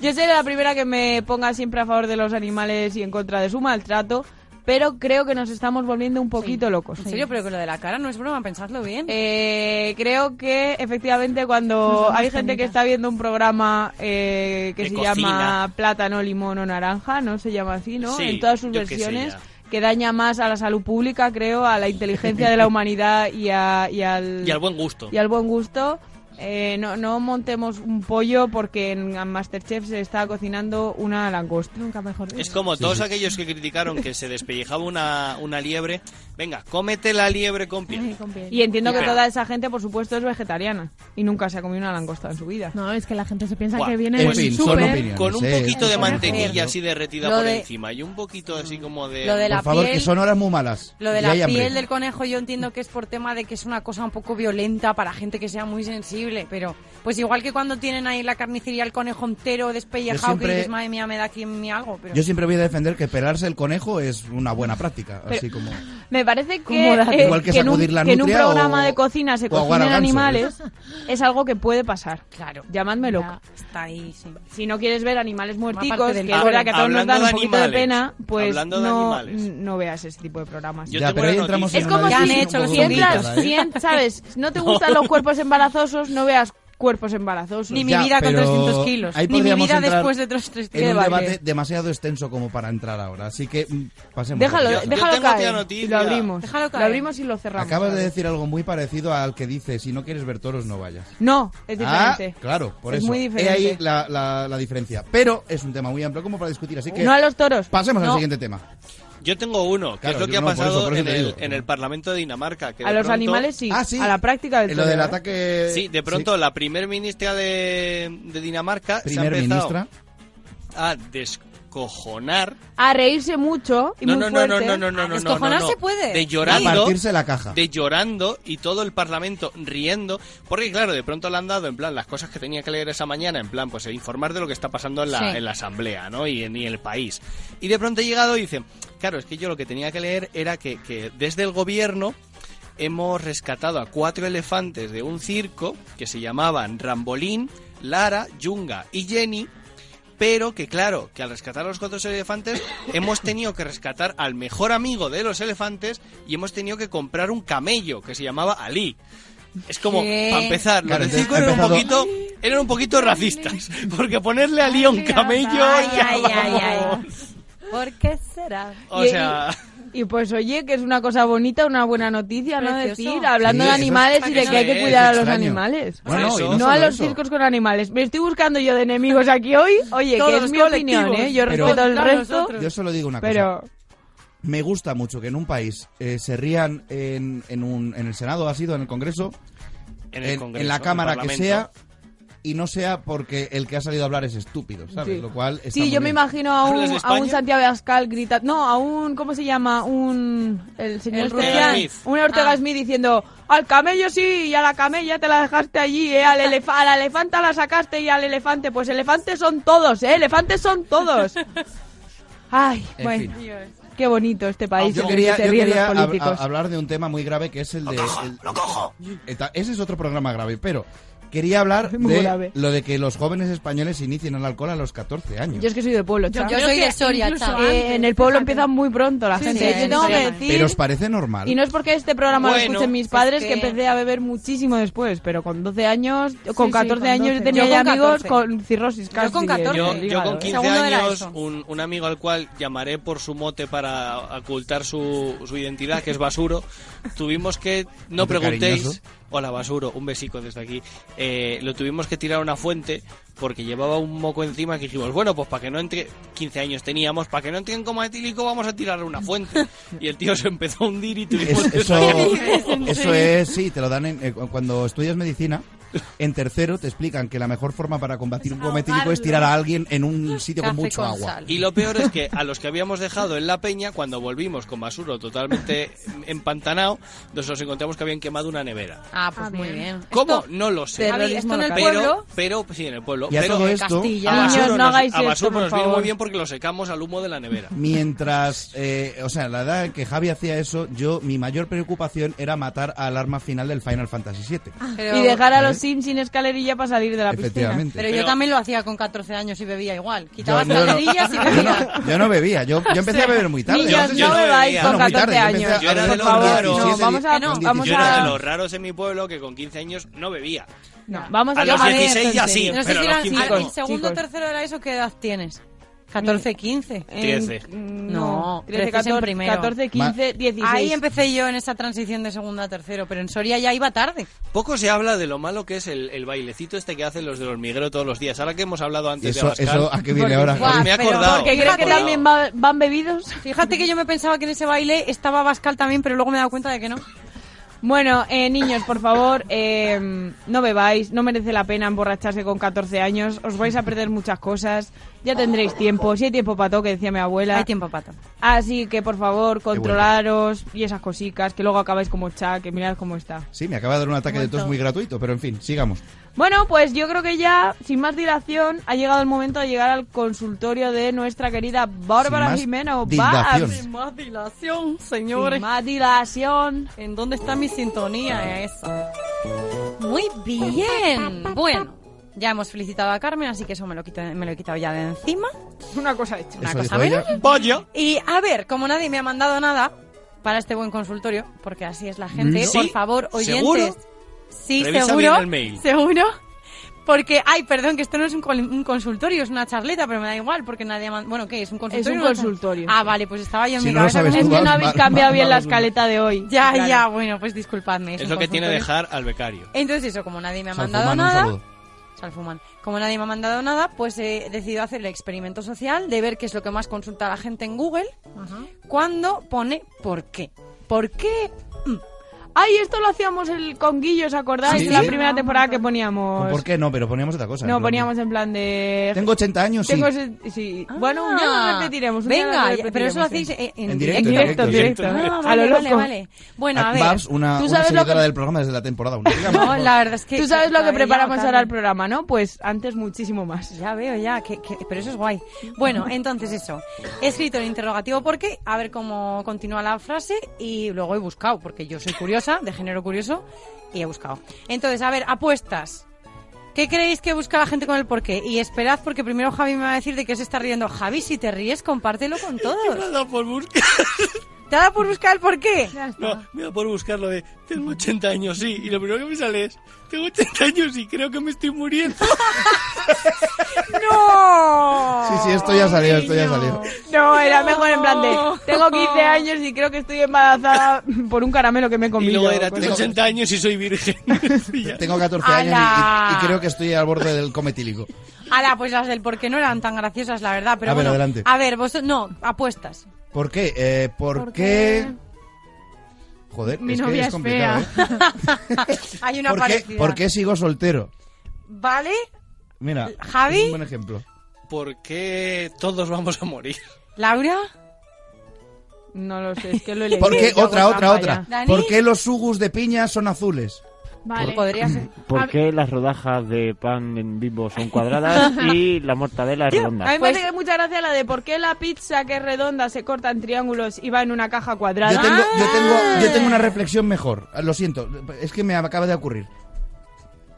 Yo seré la primera que me ponga siempre a favor de los animales y en contra de su maltrato, pero creo que nos estamos volviendo un poquito locos. En serio, pero que lo de la cara no es broma, pensadlo bien. Eh, creo que efectivamente cuando hay gente que está viendo un programa eh, que De se cocina. llama plátano, limón o naranja, ¿no? Se llama así, ¿no? Sí, en todas sus yo qué sé versiones, ya. que daña más a la salud pública, creo, a la inteligencia de la humanidad y, a- y al, Y al buen gusto. y al buen gusto. Eh, no, no montemos un pollo porque en Masterchef se está cocinando una langosta. Nunca mejor Es como todos aquellos que criticaron que se despellejaba una, una liebre. Venga, cómete la liebre con piel. Y entiendo que Pero- toda esa gente, por supuesto, es vegetariana y nunca se ha comido una langosta en su vida. No, es que la gente se piensa Buah, que viene en del fin, son súper. opiniones, Con un eh, poquito de son mantequilla opiniones. así derretida Lo por de- encima y un poquito así como de... Lo de la Por favor, que piel- son horas muy malas. Lo de Y la hay piel hambre. del conejo yo entiendo que es por tema de que es una cosa un poco violenta para gente que sea muy sensible, pero pues igual que cuando tienen ahí en la carnicería el conejo entero despellejado Yo siempre- que dices, madre mía, me da aquí en mi algo, pero Yo siempre voy a defender que pelarse el conejo es una buena práctica, Pero- así como... Me parece que, Como dato. eh, Igual que en un, sacudir la que en un nutria programa o- de cocina se o aguar ¿eh? a cocinen ganso, animales es algo que puede pasar. Claro. Llamadme loco. está ahí, sí. Si no quieres ver animales muerticos, parte que del es lore. verdad que a todos nos Hablando dan un de poquito de animales, pena, pues hablando de no, animales. no veas ese tipo de programas. Yo Ya, tengo pero ahí una entramos noticia. en Es como una si, discusión un poco si entras, complicada, ¿eh? si en- ¿sabes? No te gustan los cuerpos embarazosos, no veas cuerpos embarazosos. Ni mi vida con pero 300 kilos. ahí Ni mi podríamos vida entrar después de 300 En kilos. un de debate baile. demasiado extenso como para entrar ahora, así que mm, pasemos. Déjalo, Ya está. déjalo caer. noticia. Y lo abrimos. Déjalo Lo abrimos y lo cerramos. Acabas de ¿sabes? decir algo muy parecido al que dice, si no quieres ver toros, no vayas. No, es Ah, diferente. claro, por Es eso. muy He diferente. ahí la, la- la diferencia. Pero es un tema muy amplio como para discutir, así que... No a los toros. Pasemos al No. siguiente tema. Yo tengo uno, que Claro, es lo que yo ha no, por eso, pasado por eso en, te el, digo. Ah, en el Parlamento de Dinamarca. Que A de los pronto- animales sí. Ah, A la práctica del En lo del toreo. ataque... Sí, de pronto la primer ministra de, de Dinamarca se ha Primer empezado ministra. a descojonar. A reírse mucho y No, muy no, no, no, fuerte. Ah, no, no, no, no, descojonar no, no. se puede. De llorando. A partirse la caja. De llorando y todo el Parlamento riendo. Porque, claro, de pronto le han dado, en plan, las cosas que tenía que leer esa mañana, en plan, pues informar de lo que está pasando en la, Sí. en la Asamblea, ¿no? Y en, y en el país. Y de pronto ha llegado y dice, claro, es que yo lo que tenía que leer era que, que desde el gobierno hemos rescatado a cuatro elefantes de un circo que se llamaban Rambolín, Lara, Yunga y Jenny. Pero que claro, que al rescatar a los cuatro elefantes hemos tenido que rescatar al mejor amigo de los elefantes y hemos tenido que comprar un camello que se llamaba Ali. Es como, ¿Qué? para empezar, los Claro, entonces del circo ha eran un empezado- poquito, eran un poquito racistas. Porque ponerle Ali a un camello Ay, ya ay, ay, ay. vamos. ¿Por qué será? O Y- sea, Y pues oye, que es una cosa bonita, una buena noticia, ¿no? Precioso. Decir, hablando Sí, de eso es- animales y de Eso que hay que es, cuidar a los extraño. animales. Bueno, Eso. y No solo a los eso. circos con animales. Me estoy buscando yo de enemigos aquí hoy. Oye, Todos que es los mi opinión, colectivos. ¿eh? Yo Pero- respeto el Claro, resto, nosotros. Yo solo digo una cosa. pero... Me gusta mucho que en un país eh, se rían en, en un- en el Senado, ha sido en el Congreso, en, en, el en Congreso, la en el Cámara que Parlamento. sea, y no sea porque el que ha salido a hablar es estúpido, ¿sabes? Sí. Lo cual está Sí, muy yo me bien. imagino a ¿Hablas de un, a un España? Santiago Abascal gritando... No, a un... ¿Cómo se llama? Un... El señor El Ortega Rufián. Smith. Un Ortega Ah. Smith diciendo... Al camello sí, y a la camella te la dejaste allí, ¿eh? Al elefa- a la elefanta la sacaste y al elefante... Pues elefantes son todos, ¿eh? Elefantes son todos. Ay, En bueno. fin. Qué bonito este país. Ah, Yo en el quería, que se yo ríen quería los hab- políticos. a- hablar de un tema muy grave que es el de. el- ¡Lo cojo! Eta- Ese es otro programa grave, pero quería hablar Muy de grave. lo de que los jóvenes españoles inicien el alcohol a los 14 años. Yo es que soy de pueblo, Yo, chaval. yo soy de Soria, incluso chaval. Eh, en el pueblo empieza muy pronto la Sí, gente. sí, yo tengo sí. que decir... Pero os parece normal. Y no es porque este programa lo Bueno, escuchen mis es padres, que... que- empecé a beber muchísimo después, pero con 12 años, con sí, 14 con años 12. tenía Yo ya con amigos 14. con cirrosis casi. con 14. Yo, del yo hígado, con ¿eh? 15 Segundo de la años, ESO. un, un amigo al cual llamaré por su mote para ocultar su, su identidad, que es Basuro, tuvimos que, no Hombre, preguntéis, cariñoso. hola Basuro, un besico desde aquí, eh, lo tuvimos que tirar a una fuente porque llevaba un moco encima que dijimos, bueno, pues para que no entre, 15 años teníamos, para que no entre en coma etílico vamos a tirarle una fuente. Y el tío se empezó a hundir y tuvimos Es- que eso, sacarlo. eso es, sí, te lo dan en- eh, cu- cuando estudias medicina. En tercero te explican que la mejor forma para combatir un coma etílico es tirar a alguien en un sitio con Café mucho con agua. sal. Y lo peor es que a los que habíamos dejado en la peña, cuando volvimos con Basuro totalmente empantanado, nos los encontramos que habían quemado una nevera. Ah, pues Ah, muy bien. bien. ¿Cómo? Esto- No lo sé. David, esto en el Pero- pueblo. Pero, pero, sí, en el pueblo. Y a pero todo a esto, Castilla. Basuro Niños, no nos- hagáis a esto, Basuro por nos viene favor. muy bien porque lo secamos al humo de la nevera. Mientras, eh, o sea, la edad en que Javi hacía eso, yo mi mayor preocupación era matar al arma final del Final Fantasy VII. Pero, Y dejar a ¿Eh? los sims sin escalerilla para salir de la piscina. Efectivamente. pero yo Pero- también lo hacía con 14 años y bebía igual. Quitaba Yo- yo no. escalerillas y Yo bebía. no, yo no bebía, yo, yo empecé a beber muy tarde. Niños, Yo- yo no no bebáis bebía. con No, muy 14 tarde, yo años. empecé a- Yo era de Por los favor, raros. no, vamos a... Que no, vamos Yo era a- de los raros en mi pueblo que con 15 años no bebía. no, vamos A los ver, 16 ya entonces, sí, No sé pero si a los eran- 15 al no. segundo o Chicos. tercero de la ESO, ¿qué edad tienes? 14, 15. en- 13. No, mm, No, 13, 14 en 14, primero. 14, 15, 16. Ahí empecé yo en esa transición de segunda a tercero, pero en Soria ya iba tarde. Poco se habla de lo malo que es el, el bailecito este que hacen los del hormiguero todos los días. Ahora que hemos hablado antes de Eso, Abascal, eso, ¿a qué viene ahora? Guau, Javi? me he pero acordado. porque me he ¿Crees que acordado. también va- van bebidos? Fíjate que yo me pensaba que en ese baile estaba Bascal también, pero luego me he dado cuenta de que no. Bueno, eh, niños, por favor, eh, no bebáis, no merece la pena emborracharse con 14 años, os vais a perder muchas cosas, ya tendréis tiempo, si hay tiempo para todo, que decía mi abuela. Hay tiempo, pato. Así que, por favor, bueno. controlaros y esas cosicas, que luego acabáis como Chuck, que mirad cómo está. Sí, me acaba de dar un ataque de tos muy gratuito, pero en fin, sigamos. Bueno, pues yo creo que ya, sin más dilación, ha llegado el momento de llegar al consultorio de nuestra querida Bárbara más Jimeno. dilación. Babs. más dilación, Sin más dilación. ¿En dónde está mi sintonía esa? Muy bien. Bueno, ya hemos felicitado a Carmen, así que eso me lo, quito- me lo he quitado ya de encima. Una cosa hecha. Una Eso cosa dijo ella. menos. Vaya. Y a ver, como nadie me ha mandado nada para este buen consultorio, porque así es la gente, Sí, por favor, oyentes. ¿seguro? Sí, Revisa seguro. bien el mail. Seguro. Porque, ay, perdón, que esto no es un, col- un consultorio, es una charleta, pero me da igual, porque nadie... man- Bueno, ¿qué? ¿Es un consultorio? un o una char- consultorio. Ah, vale, pues estaba yo en Si mi no lo cabeza... sabes con- tú, Es que no vas habéis mal- cambiado mal- bien mal- la escaleta de hoy. Ya, Claro. ya, bueno, pues disculpadme. Es un lo que tiene consultorio. dejar al becario. Entonces eso, como nadie me ha Salfumán, mandado un nada, saludo. Salfumán, como nadie me ha mandado nada, pues he decidido hacer el experimento social de ver qué es lo que más consulta la gente en Google cuando ¿Eh? pone por qué. ¿Por qué? Mm. Ay, esto lo hacíamos el con Guillo, ¿os acordáis? Sí, de la sí. primera temporada que Con poníamos. ¿Por qué no? Pero poníamos otra cosa. en Pues No, plan- poníamos en plan de. Tengo 80 años, sí. Tengo ese- sí. bueno, un día lo repetiremos. un día Ah. Venga, lo ya- repetiremos, pero eso lo sí. hacéis en, En directo, en directo, en directo. directo. Ah, A lo vale, vale, loco. vale. Bueno, a ver. Babs, una, ¿Tú una sabes lo seguidora que- del programa desde la temporada 1. No, la verdad es que. Tú sabes lo la que había preparamos agotado. ahora al programa, ¿no? Pues antes muchísimo más. Ya veo, ya, que, que- pero eso es guay. Bueno, entonces eso. He escrito el interrogativo por qué, a ver cómo continúa la frase y luego he buscado, porque yo soy curiosa, de género curioso, y he buscado. Entonces, a ver, apuestas. ¿Qué creéis que busca la gente con el por qué? Y esperad, porque primero Javi me va a decir de qué se está riendo. Javi, si te ríes, compártelo con todos. Me ha dado por buscar. ¿Te ha dado por buscar el por qué? No, me da por buscar lo de tengo 80 años, sí. Y lo primero que me sale es tengo 80 años y creo que me estoy muriendo. ¡No! Sí, sí, esto ya salió, esto ya salió. No, era mejor en plan de. Tengo 15 años y creo que estoy embarazada por un caramelo que me he comido. Y luego era tengo Cosas- 80 años y soy virgen. Tengo 14 años y- y, ¡Hala! y creo que estoy al borde del cometílico. Ala, pues las del por qué no eran tan graciosas, la verdad. Pero A ver, bueno, adelante. A ver, vos no, apuestas. ¿Por qué? Eh, ¿Por, ¿Por qué? Joder, Mi es novia que es es complicado. fea. ¿eh? Hay una ¿Por, qué, parecida. por qué sigo soltero? ¿Vale? Mira, ¿Javi? es un buen ejemplo. ¿Por qué todos vamos a morir? ¿Laura? No lo sé, es que lo he leído. ¿Por qué? y hago pues Otra, otra, trampa otra. ya. ¿Por qué los sugus de piña son azules? Vale. Podría ser. ¿Por qué las rodajas de pan en vivo son cuadradas y la mortadela es A mí redonda? me Pues- hace mucha gracia la de por qué la pizza que es redonda se corta en triángulos y va en una caja cuadrada. Yo tengo, Ah, yo, tengo, yo tengo una reflexión mejor. Lo siento, es que me acaba de ocurrir.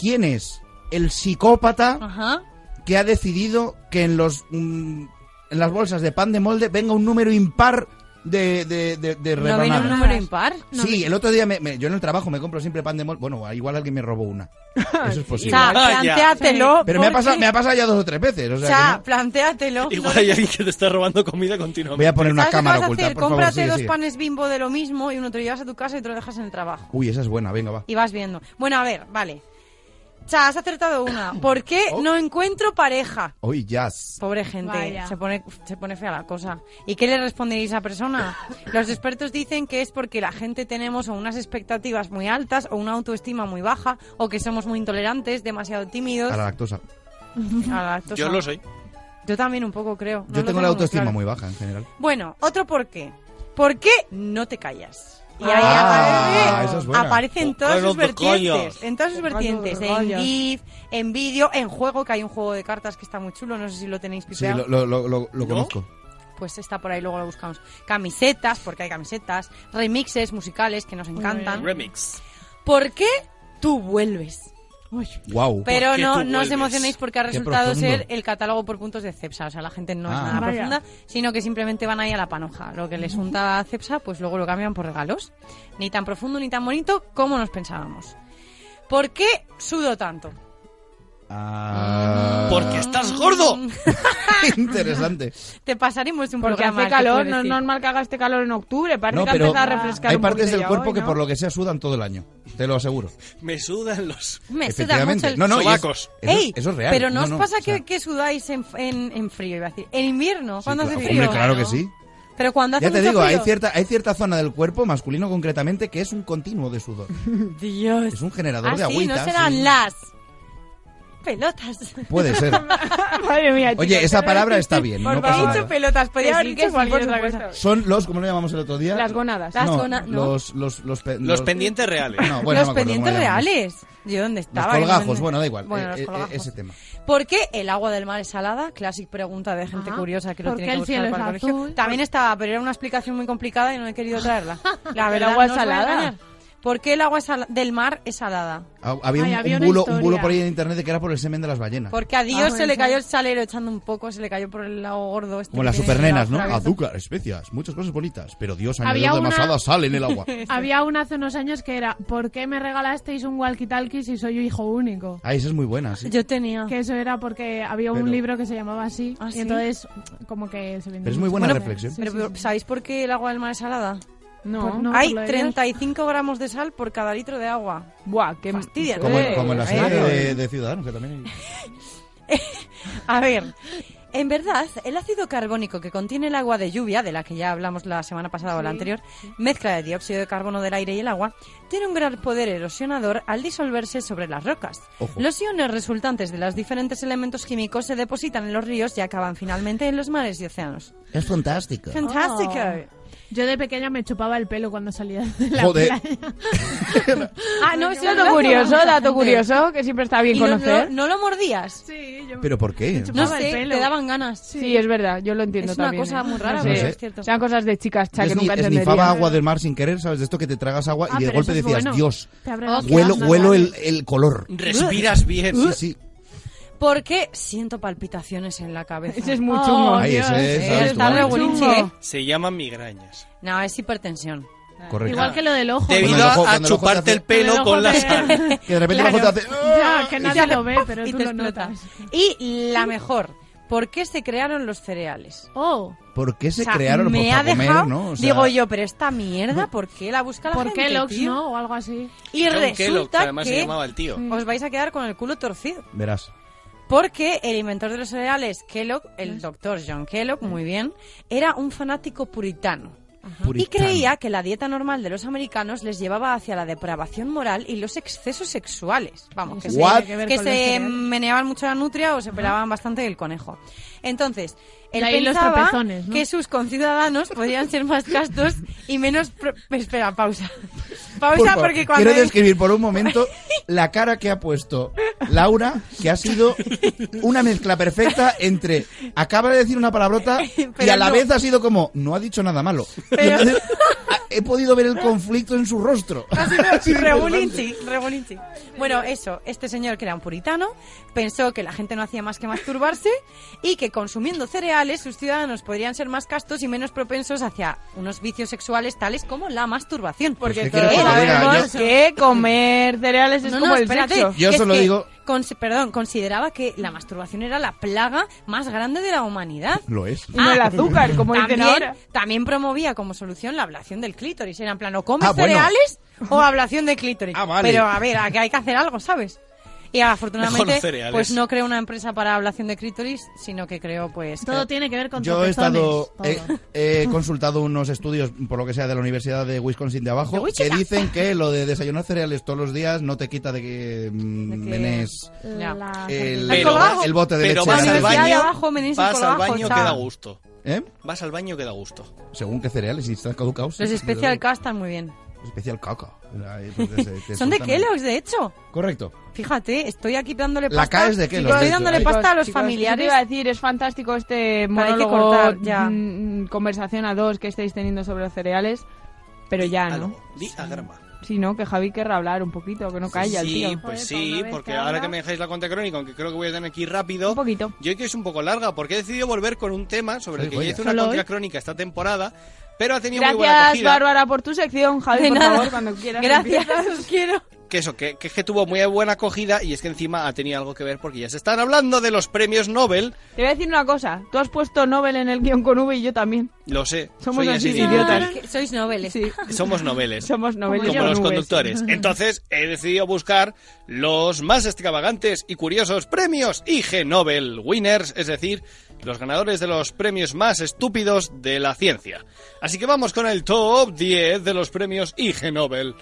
¿Quién es el psicópata Ajá. que ha decidido que en los mm, en las bolsas de pan de molde venga un número impar de, de, de, de ¿No viene rebanadas? un número impar? No sí, vi- el otro día me- me- yo en el trabajo me compro siempre pan de molde. Bueno, igual alguien me robó una. Eso es O posible. sea, Vaya. plantéatelo. Pero me ha, porque- pasado, me ha pasado ya dos o tres veces. O O sea, sea, que plantéatelo. Igual hay alguien que te está robando comida no- continuamente. voy a poner una ¿Sabes cámara qué vas oculta. a hacer? por favor, Cómprate sigue, dos sigue. panes bimbo de lo mismo y uno te lo llevas a tu casa y otro lo dejas en el trabajo. Uy, esa es buena, venga, va. Y vas viendo. Bueno, a ver, vale. Cha, has acertado una. ¿Por qué Oh. no encuentro pareja? Uy, jazz. Pobre gente, Vaya. se pone, se pone fea la cosa. ¿Y qué le responderéis a esa persona? Los expertos dicen que es porque la gente tenemos o unas expectativas muy altas o una autoestima muy baja o que somos muy intolerantes, demasiado tímidos. A la lactosa. a la lactosa. Yo lo soy. Yo también un poco creo. No Yo lo tengo la muy autoestima claro. muy baja en general. Bueno, otro por qué. ¿Por qué no te callas? Y ahí Ah, aparece- esa es buena. aparecen ¿Por todas qué no sus te vertientes. callas? En todas sus ¿Por qué no te vertientes. En callas? GIF, en vídeo, en juego, que hay un juego de cartas que está muy chulo. No sé si lo tenéis Sí, pipeado. lo, lo, lo, lo- lo conozco. Pues está por ahí, luego lo buscamos. Camisetas, porque hay camisetas. Remixes musicales que nos encantan. Remix. ¿Por qué tú vuelves? Wow. Pero no, no os emocionéis porque ha resultado ser el catálogo por puntos de Cepsa. O sea, la gente no es Ah. nada Vaya. profunda, sino que simplemente van ahí a la panoja. Lo que les junta a Cepsa, pues luego lo cambian por regalos. Ni tan profundo ni tan bonito como nos pensábamos. ¿Por qué sudo tanto? Porque Ah. estás gordo. Ah. Interesante. Mm. Te pasaremos un Porque programa. hace al que calor, puedes no es ir. normal que haga este calor en octubre. Parece No, que ha pero empezado a refrescar hay un partes poquito del ya cuerpo hoy, que ¿no? por lo que sea sudan todo el año. Te lo aseguro. Me sudan los. Me suda Efectivamente. mucho el No, no, y es- Sobacos. eso, Ey, eso es real. Pero no, No, os no, pasa o sea- que, que sudáis en, en- en frío, iba a decir. En invierno, cuando hace Hombre, frío. claro que sí. Pero cuando hace Ya te mucho digo, hay frío. cierta, hay cierta zona del cuerpo, masculino concretamente, que es un continuo de sudor. Dios. Es un generador Ah, de sí, agüita. no serán sí. las pelotas. Puede ser. Madre mía, Oye, chicos, esa pero- palabra está bien, Por no favor. pasa He dicho nada. pelotas, podía haber Sí, dicho sí, cualquier por otra supuesto. cosa. Son los, ¿cómo lo llamamos el otro día? Las gónadas. Las No, gona- no. Los, los, los, pe- Los pendientes reales. los No, bueno, no me acuerdo cómo pendientes lo llamamos. reales. Yo dónde Los estaba. colgajos, Yo- bueno, da igual. Bueno, los eh, eh, colgajos. ese tema. ¿Por qué el agua del mar es salada? Clásica pregunta de gente Ajá. curiosa que lo ¿Por tiene que qué Ah, el buscar cielo para es el colegio. azul? También estaba, pero era una explicación muy complicada y no he querido traerla. La ¿El verdad, agua no es os voy a salada? engañar. ¿Por qué el agua sal- del mar es salada? Ha- Había, Ay, un, había un una bulo, un bulo historia. por ahí en internet de que era por el semen de las ballenas. Porque a Dios Ah, se le puede cayó el salero echando un poco, se le cayó por el lado gordo. Este Como que las tiene supernenas, la ¿no? cabeza. Azúcar, especias, muchas cosas bonitas. Pero Dios, Había añadió una- demasiada sal en el agua. Había una hace unos años que era ¿Por qué me regalasteis un walkie-talkie si soy hijo único? Ah, esa es muy buena, sí. Yo tenía. Que eso era porque había Pero- un libro que se llamaba así. ¿Ah, sí? Y entonces, como que se vendió Pero es muy mucho. buena reflexión. Pero, pero, ¿Sabéis por qué el agua del mar es salada? Pues No. Por- no, Hay por lo de Dios. 35 gramos de sal por cada litro de agua. Buah, qué fastidio. Como, Eh, como en la eh. serie de, de Ciudadanos, que también hay- A ver, en verdad, el ácido carbónico que contiene el agua de lluvia, de la que ya hablamos la semana pasada o la Sí. anterior, mezcla de dióxido de carbono del aire y el agua, tiene un gran poder erosionador al disolverse sobre las rocas. Los iones resultantes de los diferentes elementos químicos se depositan en los ríos y acaban finalmente en los mares y océanos. Es fantástico. Fantástico. Yo de pequeña me chupaba el pelo cuando salía de la Joder. playa. Ah, no, Dato curioso, dato curioso, que siempre está bien ¿Y no- conocer. no, no lo mordías? Sí, ¿Pero por qué? No chupaba el sé, pelo. te daban ganas. Sí. es verdad, Ah, yo lo entiendo Es una también, cosa ¿eh? muy rara, No pero sé. es cierto. Sean cosas de chicas cha, Yo que esni- nunca esnifaba entendería. agua del mar sin querer, ¿sabes? De esto que te tragas agua Ah, y de pero golpe eso es decías, bueno. Dios, Te abre las huelo, venas, huelo el, ¿verdad? el color. Respiras bien. Sí, sí. Porque siento palpitaciones en la cabeza. Ese es muy chungo. Ay, ese Dios. es, ¿sabes Oh, está tú? re Chungo. bolinchi, ¿eh? Se llaman migrañas. No, es hipertensión. Correcto. Igual que lo del ojo. Debido Cuando el ojo- a cuando el ojo te chuparte hace- el pelo Cuando el con ojo la te- sal. Que de repente el ojo Claro. te hace... "Ah", Ya, que nadie hace lo ve, ¡paf! pero y tú te lo explota. notas. Y la mejor, ¿por qué se crearon los cereales? Oh, ¿Por qué se O sea, crearon me Pues ha para comer, dejado, no? O sea, digo yo, pero esta mierda, ¿por qué la busca la ¿por gente, qué Lox, tío? no? Mm. O algo así. Y John resulta Kellogg, que además se que llamaba el tío. os vais a quedar con el culo torcido. Verás. Porque el inventor de los cereales, Kellogg, el doctor John Kellogg, muy bien, era un fanático puritano. Y Puritano. creía que la dieta normal de los americanos les llevaba hacia la depravación moral y los excesos sexuales. Vamos, que Eso What? se, tiene que ver que con los se cereales. meneaban mucho la nutria o se pelaban bastante el conejo. Entonces, él De ahí los pensaba tropezones, ¿no? que sus conciudadanos podían ser más castos y menos... pro- Espera, pausa. Pausa Por favor, porque cuando... Quiero describir por un momento la cara que ha puesto Laura, que ha sido una mezcla perfecta entre acaba de decir una palabrota y Pero a la no. vez ha sido como no ha dicho nada malo. Y entonces, ha- he podido ver el conflicto en su rostro. Así de Rebulinchi, rebulinchi. Bueno, eso, este señor que era un puritano pensó que la gente no hacía más que masturbarse y que consumiendo cereales sus ciudadanos podrían ser más castos y menos propensos hacia unos vicios sexuales tales como la masturbación. Porque Pues, ¿qué Todos quieres que te diga? sabemos que comer cereales es No, no, como el espérate, sexo. Yo que solo es que digo- cons- perdón, consideraba que la masturbación era la plaga más grande de la humanidad. Lo es. Ah, Y no el azúcar, como dicen Ah. También, ahora. también promovía como solución la ablación del clítoris. Era en plan, o comes Ah, bueno. cereales o ablación de clítoris. Ah, vale. Pero a ver, aquí hay que hacer algo, ¿sabes? Y Mejor afortunadamente, cereales. pues no creó una empresa para ablación de clítoris, sino que creó, pues... Todo tiene que ver con Yo he estado, eh, tropezones, he, todo. he consultado unos estudios, por lo que sea, de la Universidad de Wisconsin de abajo, que dicen que lo de desayunar cereales todos los días no te quita de que mm, De que- menes Ya. La- el, Pero vas- el bote de pero leche. de vas al la Universidad de baño, abajo, venís y vas por al abajo, baño chao. que da gusto. ¿Eh? Vas al baño que da gusto. Según qué cereales, si están caducados. Los sí, Special desde luego. K están muy bien. Especial caca. Ahí, pues, te- te Son de soltan- Kellogg's, de hecho. Correcto. Fíjate, estoy aquí dándole La pasta. K es de Kellogg's, de Estoy hecho. ¿eh? dándole Chicos, pasta a los Chicos, yo te familiares. iba a decir, es fantástico este Pero hay que monólogo, cortar, ya. mm, conversación a dos que estáis teniendo sobre los cereales, pero ya, ¿no? Algo. Di a grama. Si no, que Javi querrá hablar un poquito, que no Oh, calla sí, el tío. Joder, pues para sí, una vez porque que ahora habla. que me dejáis la cuenta crónica, aunque creo que voy a tener aquí rápido. Un poquito. Yo hoy que es un poco larga, porque he decidido volver con un tema sobre el Sí, que joya. ya hice una Solo cuenta hoy. crónica esta temporada, pero ha tenido muy buena Gracias, acogida. Bárbara, por tu sección. Javi, De por nada. favor, cuando quieras. Gracias, empiezas. os quiero. que eso, que, que es que tuvo muy buena acogida y es que encima ha tenido algo que ver porque ya se están hablando de los premios Nobel. Te voy a decir una cosa. Tú has puesto Nobel en el guión con V y yo también. Lo sé. Somos soy así de idiota. idiotas. Que Sois noveles. Sí. Somos noveles. Somos Nobel como los conductores. Entonces he decidido buscar los más extravagantes y curiosos premios IG Nobel Winners, es decir, los ganadores de los premios más estúpidos de la ciencia. Así que vamos con el top 10 de los premios IG Nobel.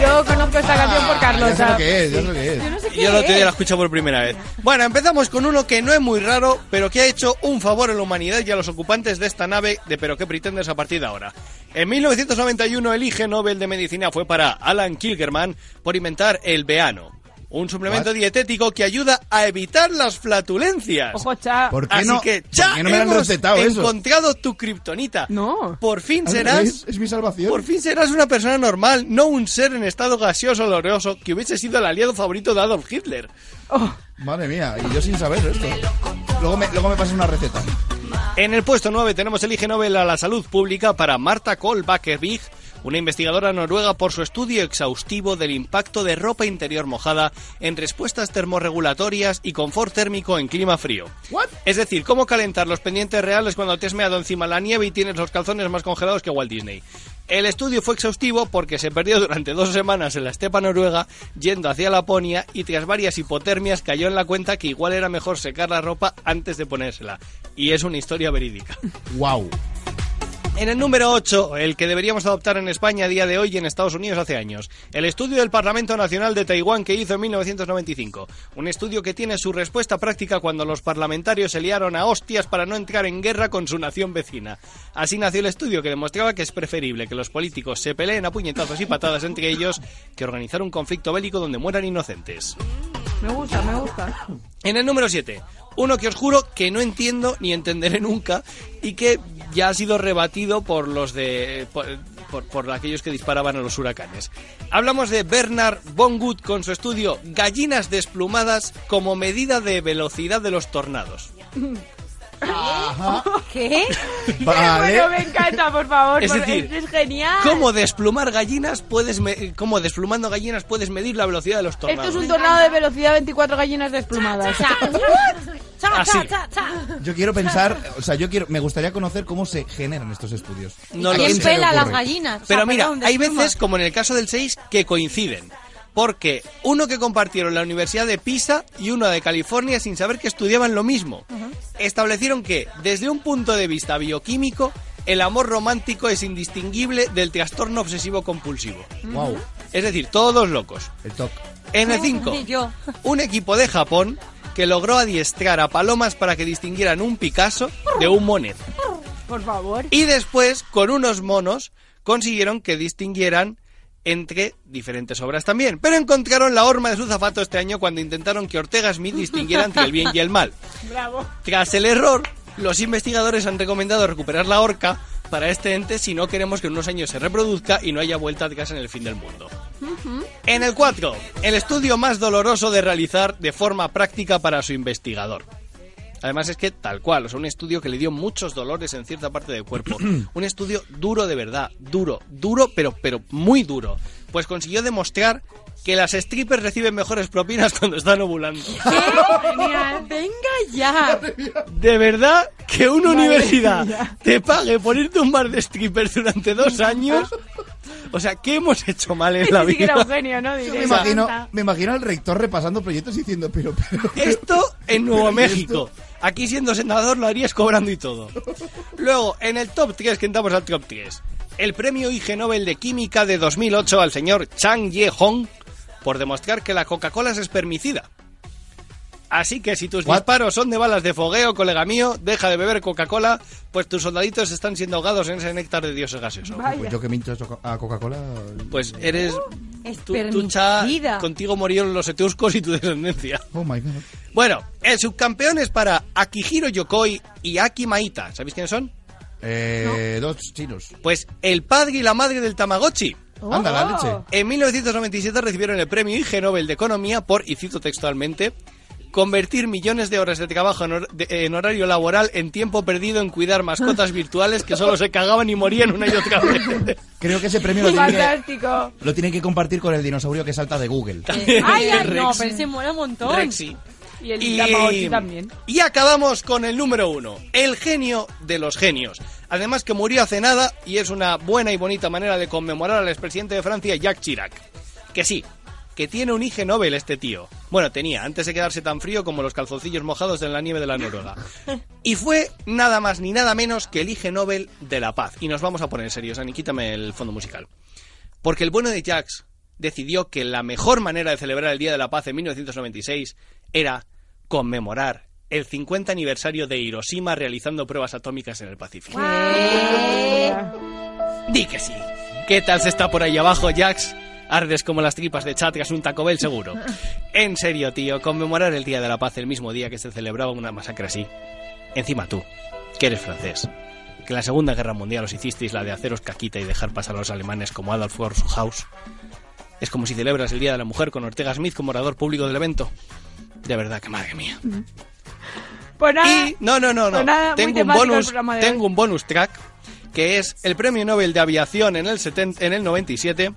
Yo conozco esta canción por Ya sé lo Carlota. que es, ya sé lo que es. Ah, Yo lo tenía la escucha por primera vez. Bueno, empezamos con uno que no es muy raro, pero que ha hecho un favor a la humanidad y a los ocupantes de esta nave de pero qué pretendes a partir de ahora. En 1991 el IG Nobel de Medicina fue para Alan Kilgerman por inventar el veano. Un suplemento dietético que ayuda a evitar las flatulencias. Ojo, cha. ¿Por qué Así no- que, por cha, qué no me lo han hemos recetado eso? encontrado tu kriptonita. No. Por fin Al serás... revés, es mi salvación. Por fin serás una persona normal, no un ser en estado gaseoso oloroso que hubiese sido el aliado favorito de Adolf Hitler. Madre mía, y yo sin saber esto. Luego me, luego me pasas una receta. En el puesto 9 tenemos el IG Nobel a la salud pública para Marta Kolbakervig, una investigadora noruega por su estudio exhaustivo del impacto de ropa interior mojada en respuestas termorregulatorias y confort térmico en clima frío. Es decir, cómo calentar los pendientes reales cuando te has meado encima la nieve y tienes los calzones más congelados que Walt Disney. El estudio fue exhaustivo porque se perdió durante dos semanas en la estepa noruega yendo hacia Laponia y tras varias hipotermias cayó en la cuenta que igual era mejor secar la ropa antes de ponérsela. Y es una historia verídica. ¡Wow! En el número 8, el que deberíamos adoptar en España a día de hoy y en Estados Unidos hace años, el estudio del Parlamento Nacional de Taiwán que hizo en 1995. Un estudio que tiene su respuesta práctica cuando los parlamentarios se liaron a hostias para no entrar en guerra con su nación vecina. Así nació el estudio que demostraba que es preferible que los políticos se peleen a puñetazos y patadas entre ellos que organizar un conflicto bélico donde mueran inocentes. Me gusta, me gusta. En el número 7, uno que os juro que no entiendo ni entenderé nunca y que ya ha sido rebatido por los de. por, por- por aquellos que disparaban a los huracanes. Hablamos de Bernard Bongood con su estudio Gallinas desplumadas como medida de velocidad de los tornados. ¿Qué? Vale. Pero bueno, me encanta, por favor. Es por- decir, esto es genial. ¿Cómo desplumar gallinas puedes me- cómo desplumando gallinas puedes medir la velocidad de los Esto tornados? es un tornado de velocidad 24 gallinas desplumadas. cha, Así. cha, Yo quiero pensar, o sea, yo quiero, me gustaría conocer cómo se generan estos estudios. No ¿A lo quién sé. se le ocurre? gallinas? O sea, Pero mira, perdón, hay despluma. veces, como en el caso del 6, que coinciden. Porque uno que compartieron la Universidad de Pisa y uno de California sin saber que estudiaban lo mismo. Establecieron que, desde un punto de vista bioquímico, el amor romántico es indistinguible del trastorno obsesivo compulsivo. Guau. Es decir, todos locos. El TOC. En el 5, Ni yo. un equipo de Japón que logró adiestrar a palomas para que distinguieran un Picasso de un Monet. Por favor. Y después, con unos monos, consiguieron que distinguieran entre diferentes obras también. Pero encontraron la horma de su zapato este año cuando intentaron que Ortega Smith distinguiera entre el bien y el mal. Bravo. Tras el error, los investigadores han recomendado recuperar la horca para este ente si no queremos que en unos años se reproduzca y no haya vuelta atrás en el fin del mundo. En el 4, el estudio más doloroso de realizar de forma práctica para su investigador. Además es que tal cual, o sea, un estudio que le dio muchos dolores en cierta parte del cuerpo. un estudio duro de verdad, duro, duro, pero, pero muy duro. Pues consiguió demostrar que las strippers reciben mejores propinas cuando están ovulando. Venga ya. De verdad que una universidad te pague por irte a un bar de strippers durante dos años. O sea, ¿qué hemos hecho mal en la Ni siquiera vida? un genio, ¿no? Diré. Me imagino, me imagino al rector repasando proyectos y diciendo, pero, pero. Esto en Nuevo Pero, ¿y esto? México. Aquí siendo senador lo harías cobrando y todo. Luego, en el top 3, que entramos al top 3. El premio IG Nobel de Química de 2008 al señor Chang Ye-hong por demostrar que la Coca-Cola es espermicida. Así que si tus disparos son de balas de fogueo, colega mío, deja de beber Coca-Cola, pues tus soldaditos están siendo ahogados en ese néctar de dioses gaseosos. Pues yo que me hincho a Coca-Cola. Pues eres... Tú, tú, cha, Espermicida. contigo murieron los etruscos y tu descendencia. Oh my god. Bueno, el subcampeón es para Akihiro Yokoi y Aki Maita. ¿Sabéis quiénes son? Eh, Dos chinos. Pues el padre y la madre del Tamagotchi. Oh. Anda, la leche. En 1997 recibieron el premio IG Nobel de Economía por, y cito textualmente, convertir millones de horas de trabajo en, hor- de- en horario laboral en tiempo perdido en cuidar mascotas virtuales que solo se cagaban y morían una y otra vez. Creo que ese premio lo tienen que, Fantástico. lo tienen que compartir con el dinosaurio que salta de Google. Ay, ay, no, Rex. pero se mola un montón. Rexy. Y el Y- Tamagotchi también. Y acabamos con el número uno, el genio de los genios. Además que murió hace nada y es una buena y bonita manera de conmemorar al expresidente de Francia, Jacques Chirac. Que sí, que tiene un IG Nobel este tío. Bueno, tenía, antes de quedarse tan frío como los calzoncillos mojados en la nieve de la Noruega. Y fue nada más ni nada menos que el IG Nobel de la Paz. Y nos vamos a poner serios, Ani, quítame el fondo musical. Porque el bueno de Jax decidió que la mejor manera de celebrar el Día de la Paz en 1996 era conmemorar el 50 aniversario de Hiroshima realizando pruebas atómicas en el Mm. Pacífico. Eh. Di que sí. ¿Qué tal se está por ahí abajo, Jax? Ardes como las tripas de chat tras un Taco Bell seguro. En serio, tío, conmemorar el Día de la Paz el mismo día que se celebraba una masacre así. Encima tú, que eres francés. Que en la Segunda Guerra Mundial os hicisteis la de haceros caquita y dejar pasar a los alemanes como Adolf House. Es como si celebras el Día de la Mujer con Ortega Smith como orador público del evento. De verdad, que madre mía. Pues nada, No, no, no, no. Pues nada, muy tengo, un temático el bonus, programa de tengo un bonus track que es el premio Nobel de Aviación en el, 70 en el 97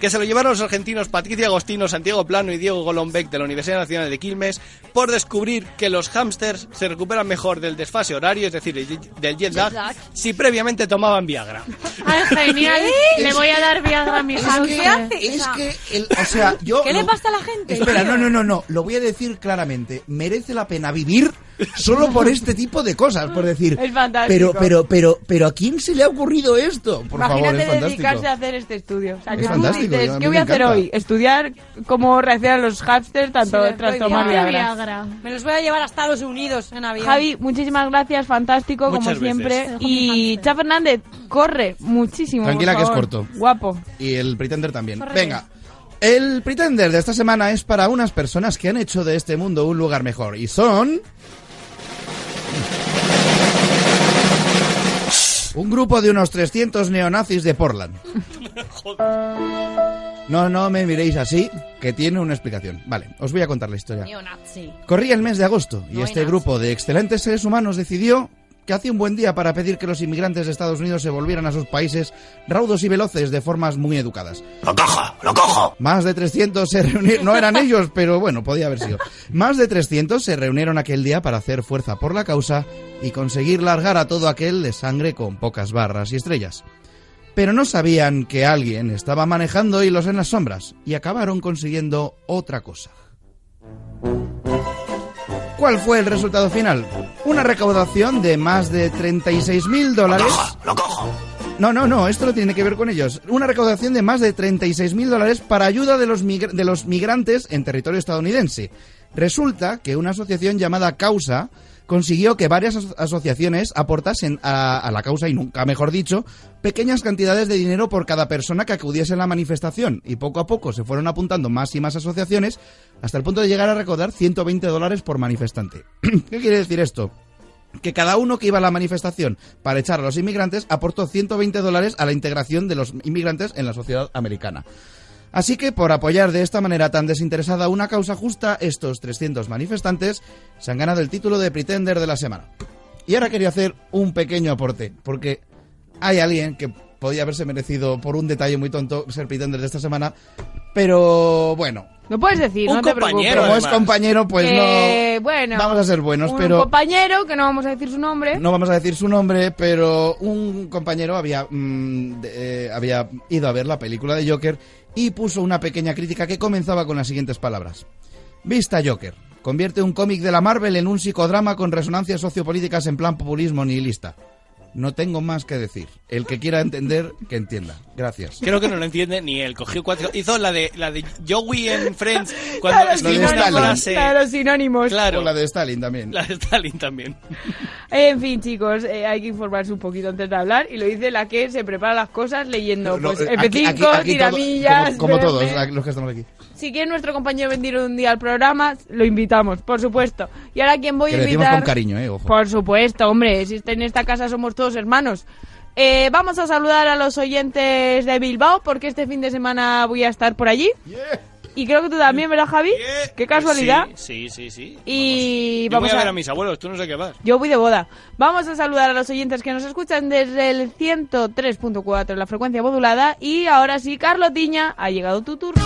que se lo llevaron los argentinos Patricia Agostino, Santiago Plano y Diego Golombek de la Universidad Nacional de Quilmes por descubrir que los hámsters se recuperan mejor del desfase horario, es decir, el- del jet lag, lag. si previamente tomaban Viagra. Ah, genial. ¿Qué? Le voy a dar Viagra a mi Es hamster. que- ¿Qué hace? Es O sea, que, el- o sea, yo... ¿Qué le lo- pasa a la gente? Espera, tío? no, no, no, no. Lo voy a decir claramente. Merece la pena vivir solo por este tipo de cosas. Por decir. Es fantástico. Pero, pero, pero, pero, ¿a quién se le ha ocurrido esto? Por favor, Imagínate es fantástico. dedicarse a hacer este estudio. O sea, Es que tú fantástico, dices, yo- a mí ¿qué voy me a hacer encanta". hoy? Estudiar cómo reaccionan los hamsters tanto Se les tras doy tomar Viagra. Viagra. Me los voy a llevar a Estados Unidos en avión. Javi, muchísimas gracias, fantástico Muchas como siempre. veces. Y Cha Fernández, corre muchísimo. por Tranquila, que es favor. corto. Guapo. Y el Pretender también. Correcto. Venga. El Pretender de esta semana es para unas personas que han hecho de este mundo un lugar mejor. Y son... Un grupo de unos 300 neonazis de Portland. No, no me miréis así, que tiene una explicación. Vale, os voy a contar la historia. Neonazi. Corría el mes de agosto y este grupo de excelentes seres humanos decidió que hacía un buen día para pedir que los inmigrantes de Estados Unidos se volvieran a sus países raudos y veloces de formas muy educadas. ¡Lo cojo! ¡Lo cojo! Más de 300 se reunieron, no eran ellos, pero bueno, podía haber sido. Más de 300 se reunieron aquel día para hacer fuerza por la causa y conseguir largar a todo aquel de sangre con pocas barras y estrellas. Pero no sabían que alguien estaba manejando hilos en las sombras y acabaron consiguiendo otra cosa. ¿Cuál fue el resultado final? Una recaudación de más de 36.000 dólares. No, no, no, esto no tiene que ver con ellos. Una recaudación de más de 36.000 dólares para ayuda de los, migr- de los migrantes en territorio estadounidense. Resulta que una asociación llamada Causa consiguió que varias aso- asociaciones aportasen a, a la causa, y nunca mejor dicho, pequeñas cantidades de dinero por cada persona que acudiese a la manifestación. Y poco a poco se fueron apuntando más y más asociaciones hasta el punto de llegar a recaudar 120 dólares por manifestante. ¿Qué quiere decir esto? que cada uno que iba a la manifestación para echar a los inmigrantes aportó 120 dólares a la integración de los inmigrantes en la sociedad americana. Así que por apoyar de esta manera tan desinteresada una causa justa, estos 300 manifestantes se han ganado el título de Pretender de la semana. Y ahora quería hacer un pequeño aporte, porque hay alguien que podía haberse merecido por un detalle muy tonto ser Pretender de esta semana, pero bueno, Lo puedes decir, Un no te compañero, preocupes. Como es además. compañero, pues Eh, no- Bueno, vamos a ser buenos, un pero- compañero que no vamos a decir su nombre. No vamos a decir su nombre, pero un compañero había, mm, de- eh, había ido a ver la película de Joker y puso una pequeña crítica que comenzaba con las siguientes palabras. Vista Joker. Convierte un cómic de la Marvel en un psicodrama con resonancias sociopolíticas en plan populismo nihilista. No tengo más que decir. El que quiera entender, que entienda. Gracias. Creo que no lo entiende ni él. Cogió cuatro. Hizo la de, la de Joey en Friends cuando Claro, escribió sinónimo, una frase. claro, sinónimos. Claro. O la de Stalin también. La de Stalin también. En fin, chicos, eh, hay que informarse un poquito antes de hablar. Y lo dice la que se prepara las cosas leyendo No, pues, eh, EP5, aquí- aquí- aquí todo- tiramillas. como, como todos verme. la- los que estamos aquí. Si quiere nuestro compañero venir un día al programa, lo invitamos, por supuesto. Y ahora, ¿quién voy Que a le decimos invitar? con cariño, eh, ojo. Por supuesto, hombre, si está en esta casa somos todos hermanos. Eh, vamos a saludar a los oyentes de Bilbao porque este fin de semana voy a estar por allí. Y creo que tú también, ¿verdad, Javi? Qué casualidad. Pues Sí, sí, sí. sí. Y Yo vamos voy a a, ver a mis abuelos, tú no sé qué vas. yo voy de boda. Vamos a saludar a los oyentes que nos escuchan desde el 103.4 en la frecuencia modulada. Y ahora sí, Carlotiña, ha llegado tu turno.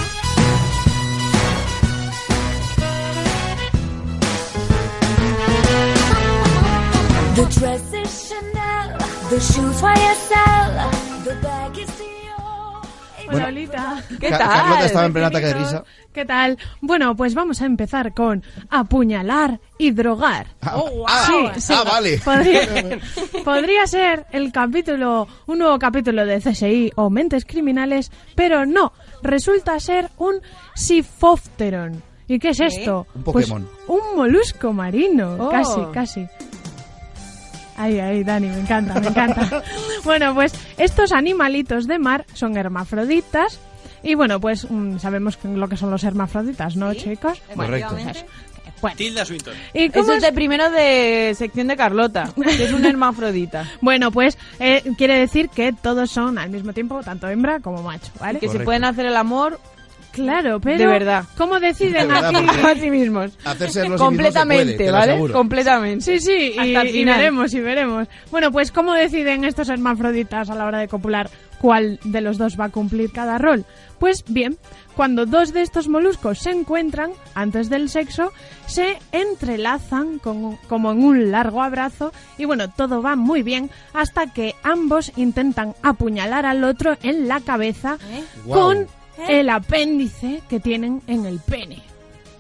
The dress is Chanel, the shoes YSL, the bag is Dior. Hola, Olita. Ca- Carlota estaba en pleno ataque de risa. ¿Qué tal? Bueno, pues vamos a empezar con apuñalar y drogar. ah, Sí, sí. ah, vale. Podría, podría ser el capítulo, un nuevo capítulo de CSI o Mentes Criminales, pero no. Resulta ser un Sifofteron. ¿Y qué es esto? Un Pues Pokémon. un molusco marino, Oh. casi, casi. Ahí, ahí, Dani, me encanta, me encanta. bueno, pues estos animalitos de mar son hermafroditas Y bueno, pues mm, sabemos lo que son los hermafroditas, ¿no, chicos? Pues, Correcto. Entonces, Tilda Swinton. ¿Y cómo Eso es es- de primero de sección de Carlota, que es una hermafrodita. Bueno, pues eh, quiere decir que todos son al mismo tiempo, tanto hembra como macho, ¿vale? Y que se Correcto. pueden hacer el amor. Claro, pero. de verdad. ¿Cómo De deciden verdad, aquí porque- a sí mismos? Hacerse los Completamente, ¿vale? Completamente. Sí, sí, y, Hasta el y final. veremos, y veremos. Bueno, pues ¿cómo deciden estos hermafroditas a la hora de copular cuál de los dos va a cumplir cada rol? Pues bien, cuando dos de estos moluscos se encuentran antes del sexo, se entrelazan con- como en un largo abrazo y bueno, todo va muy bien hasta que ambos intentan apuñalar al otro en la cabeza ¿Eh? Guau. con el apéndice que tienen en el pene.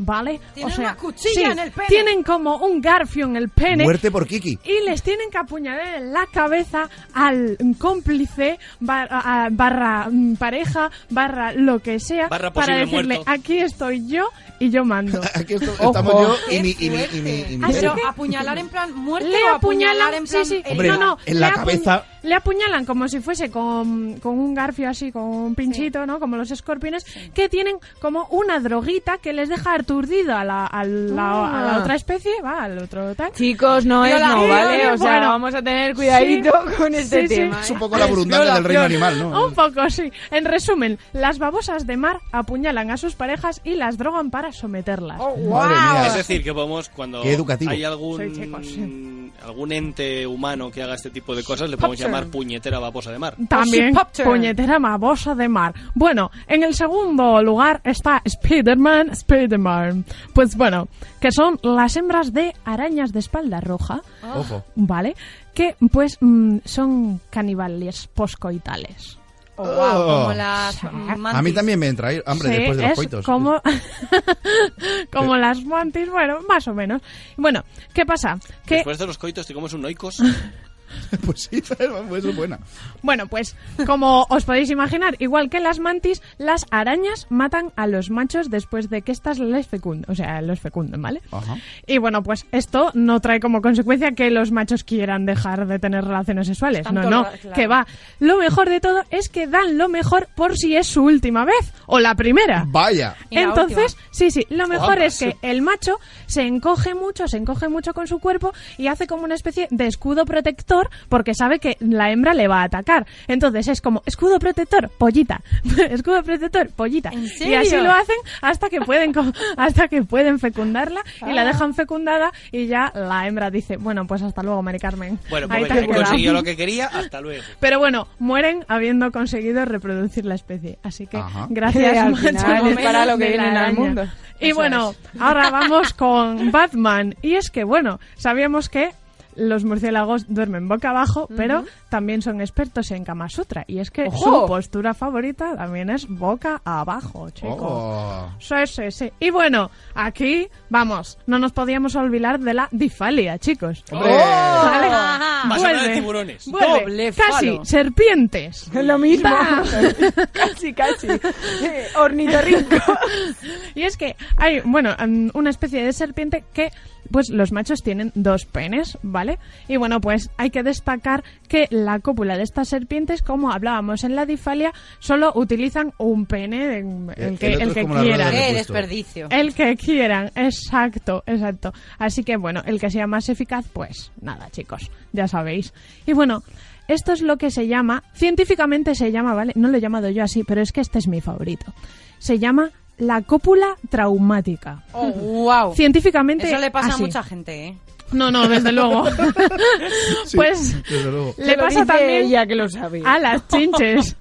¿Vale? Tienen o sea, una cuchilla sí, en el pene. Tienen como un garfio en el pene. Muerte por Kiki. Y les tienen que apuñalar en la cabeza al cómplice, bar- a- barra mm, pareja, barra lo que sea, Barra para posible decirle, muerto. aquí estoy yo y yo mando. Aquí esto- Pues, Ojo. estamos yo y mi, y mi, y mi, y mi ¿Ah, Así pene. que- Ah, apuñalar en plan muerte le o apuñalar apuñalan- en plan sí, sí. Hombre, no, no, en la le apuñ- cabeza- le apuñalan como si fuese con, con un garfio así, con un pinchito, ¿no? Como los escorpiones, que tienen como una droguita que les deja aturdida a la, a la, a la Ah. otra especie, va, al otro tal. Chicos, no es Viola- no, ¿vale? O sea, Bueno, vamos a tener cuidadito sí, con este sí, sí. tema. Es un poco la burundanga del reino animal, ¿no? Un poco, sí. En resumen, las babosas de mar apuñalan a sus parejas y las drogan para someterlas. Oh, Madre mía. Es decir, que podemos cuando Qué educativo. hay Soy algún checo, sí. algún ente humano que haga este tipo de cosas, le podemos Popcorn. Pues llamar puñetera babosa de Oh, mar. También puñetera babosa de mar. Bueno, en el segundo lugar está Spider-Man, Spider-Man. Pues bueno, que son las hembras de arañas de espalda roja. Ah. Ojo. ¿Vale? Que pues mm, son caníbales poscoitales. Oh, guau, Oh. como las mantis. A mí también me entra hambre Sí, después de los es coitos. Como, como las mantis, bueno, más o menos. Bueno, ¿qué pasa? Que Después de los coitos te comes un oikos. pues sí, eso es buena. Bueno, pues como os podéis imaginar, igual que las mantis, las arañas matan a los machos después de que estas les fecundan, o sea, los fecundan, ¿vale? Y bueno, pues esto no trae como consecuencia que los machos quieran dejar de tener relaciones sexuales. Están no, todo no, el rato, que va. Lo mejor de todo es que dan lo mejor por si es su última vez o la primera. Vaya. Y la Entonces, sí, sí, lo mejor ambas. es que el macho se encoge mucho, se encoge mucho con su cuerpo y hace como una especie de escudo protector porque sabe que la hembra le va a atacar. Entonces es como escudo protector, pollita, escudo protector, pollita. Y serio? así lo hacen hasta que pueden co- hasta que pueden fecundarla y la Ah. dejan fecundada y ya la hembra dice, bueno, pues hasta luego, Mari Carmen. Bueno, Ahí pues te venga, has he quedado. conseguido lo que quería, hasta luego. Pero bueno, mueren habiendo conseguido reproducir la especie. Así que Ajá. gracias, Que al macho, final es para lo que de la vienen al araña. mundo. Y Eso bueno, ahora vamos con Batman. Y es que, bueno, sabíamos que los murciélagos duermen boca abajo, pero también son expertos en Kama Sutra. Y es que ¡Ojo! su postura favorita también es boca abajo, chicos. Oh. Oh. Sí, sí, sí. Y bueno, aquí, vamos, no nos podíamos olvidar de la difalia, chicos. ¡Hombre! Vale. Ajá. Más Vuelve, hablar de tiburones. vuelve. Doble Casi, falo. serpientes. Lo mismo. Ta. casi, casi. Eh, Ornitorrinco. y es que hay, bueno, mm, una especie de serpiente que, pues los machos tienen dos penes, ¿vale? Y bueno, pues hay que destacar que la cópula de estas serpientes, como hablábamos en la difalia, solo utilizan un pene, en- el, El- que, el otro el es que como la rueda quieran. del Qué gusto. desperdicio. El que quieran, exacto, exacto. Así que bueno, el que sea más eficaz, pues nada, chicos, ya sabéis. Y bueno, esto es lo que se llama, científicamente se llama, ¿vale? No lo he llamado yo así, pero es que este es mi favorito. Se llama la cópula traumática. Oh, wow. Científicamente Eso le pasa así. a mucha gente, ¿eh? No, no, desde luego. pues Desde luego. le pasa también ya que lo sabe. a las chinches.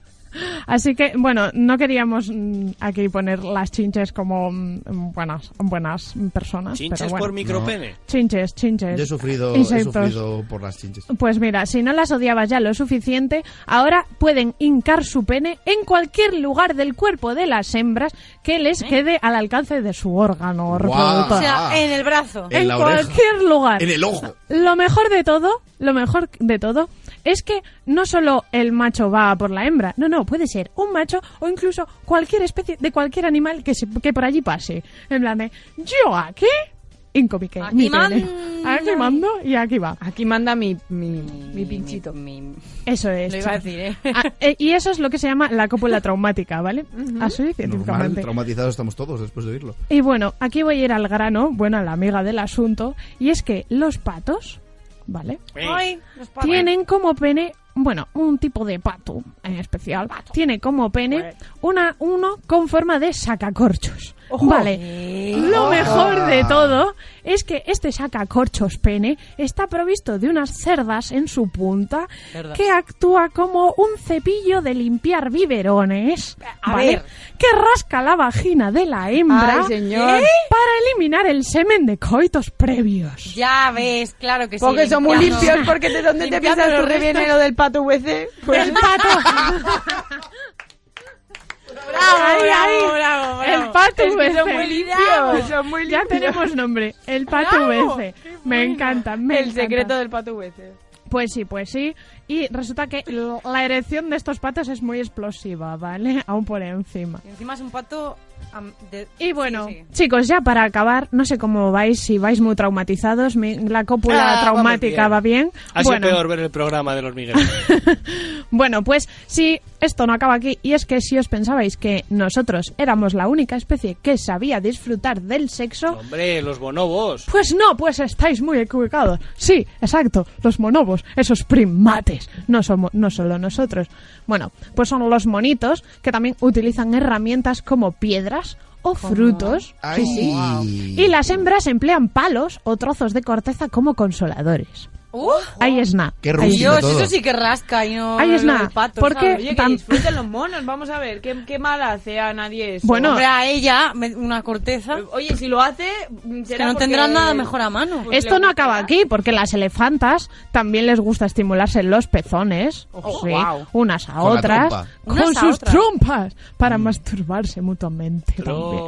Así que, bueno, no queríamos mm, aquí poner las chinches como mm, buenas, buenas personas. Chinches pero bueno. por micropene. Chinches, Eh, chinches. Yo he sufrido, he Insectos. sufrido por las chinches. Pues mira, si no las odiabas ya lo suficiente, ahora pueden hincar su pene en cualquier lugar del cuerpo de las hembras que ¿Eh? les quede al alcance de su órgano reproductor. O Ah. sea, en el brazo. En, cualquier lugar. En el ojo. Lo mejor de todo, lo mejor de todo, es que no solo el macho va a por la hembra, no, no, puede ser un macho o incluso cualquier especie de cualquier animal que, se- que por allí pase. En plan de, ¿yo aquí? Incómique. Aquí mi tele. manda. Aquí mando y aquí va. Aquí manda mi, mi, mi pinchito. Eso es. Lo iba a chica. decir, ¿eh? Ah, eh, y eso es lo que se llama la cópula traumática, ¿vale? Así Normal, científicamente. traumatizados estamos todos después de oírlo. Y bueno, aquí voy a ir al grano, bueno, a la amiga del asunto, y es que los patos, ¿vale? Ay, los Pues patos. Tienen como pene, bueno, un tipo de pato en especial, tiene como Pues. pene una, uno con forma de sacacorchos. Ojo. Vale. Lo Ojo. mejor de todo es que este sacacorchos pene está provisto de unas cerdas en su punta Cerdas. que actúa como un cepillo de limpiar biberones. A ¿vale? ver. Que rasca la vagina de la hembra Ay, señor. ¿eh? para eliminar el semen de coitos previos. Ya ves, claro que sí. Porque son muy limpiando- limpios, porque ¿de dónde te limpiando piensas tú los que viene restos. lo del pato VC? Pues el pato. Bravo, bravo, bravo, bravo. El pato Es que son VC. muy limpios, son muy Ya limpios. tenemos nombre. El pato Bravo, VC. qué Me bueno. encanta, me El encanta. secreto del pato VC. Pues sí, pues sí. Y resulta que l- la erección de estos patos es muy explosiva, ¿vale? Aún por encima. Y encima es un pato... am, de- Y bueno, Sí, sí. chicos, ya para acabar, no sé cómo vais, si vais muy traumatizados, mi- la Ah, cópula vamos traumática bien. va bien. Ha sido bueno, peor ver el programa de los Migueles. Bueno, pues sí, esto no acaba aquí. Y es que si os pensabais que nosotros éramos la única especie que sabía disfrutar del sexo, Hombre, los bonobos. pues no, pues estáis muy equivocados. Sí, exacto, los monobos, esos primates, no, somos, no solo nosotros. Bueno, pues son los monitos que también utilizan herramientas como piedras o frutos. Ay. Sí, sí. Y las hembras emplean palos o trozos de corteza como consoladores. ¡Uh! Ahí es nada. Qué Ahí es rústico na. Dios, todo. eso sí que rasca y no Ahí es lo del nada, pato. porque- ¿sabes? Oye, que Tam- disfruten los monos, vamos a ver, qué, qué mal hace a nadie eso. Bueno, Hombre, a ella me- una corteza. Oye, si lo hace, mm, Que será no porque- tendrán nada mejor a mano. Pues Esto le no gusta. acaba aquí, porque las elefantas también les gusta estimularse los pezones, Ojo, sí, guau. unas a Con la otras, trompa. con Oh, Unas a sus otras. trompas, para Mm. masturbarse mutuamente también.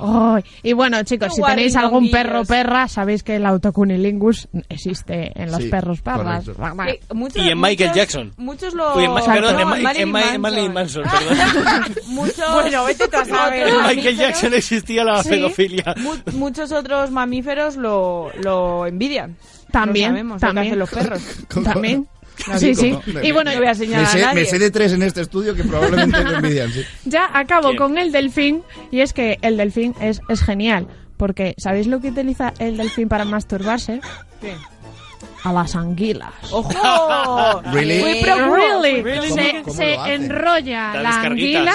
Ay, y bueno, chicos, Qué si tenéis algún guarringonguillos. perro o perra, sabéis que el autocunilingus existe en los Sí, perros parras. correcto. Guau, guau. Eh, muchos- Y en Michael muchos- Jackson. Muchos lo... Uy, en Ma- perdón, en Ma- No, en Ma- en Marilyn Manson, perdón. muchos... Bueno, vete tú a saber. otros Michael mamíferos- Jackson existía la Sí. pedofilia. Mu- muchos otros mamíferos lo, lo envidian. También, Lo sabemos, también. Lo que hacen los perros. También. Con- Sí, sí. con- Y bueno, No voy a Me señalar a sé, nadie. me sé de tres en este estudio que probablemente lo envidian, sí. Ya acabo Bien. con el delfín y es que el delfín es, es genial porque ¿sabéis lo que utiliza el delfín para masturbarse? ¿Qué? A las anguilas. ¡Ojo! Really? Muy Pero pro- really, really? se, ¿Cómo- cómo se lo hace? Mm. enrolla Da la descarguitas.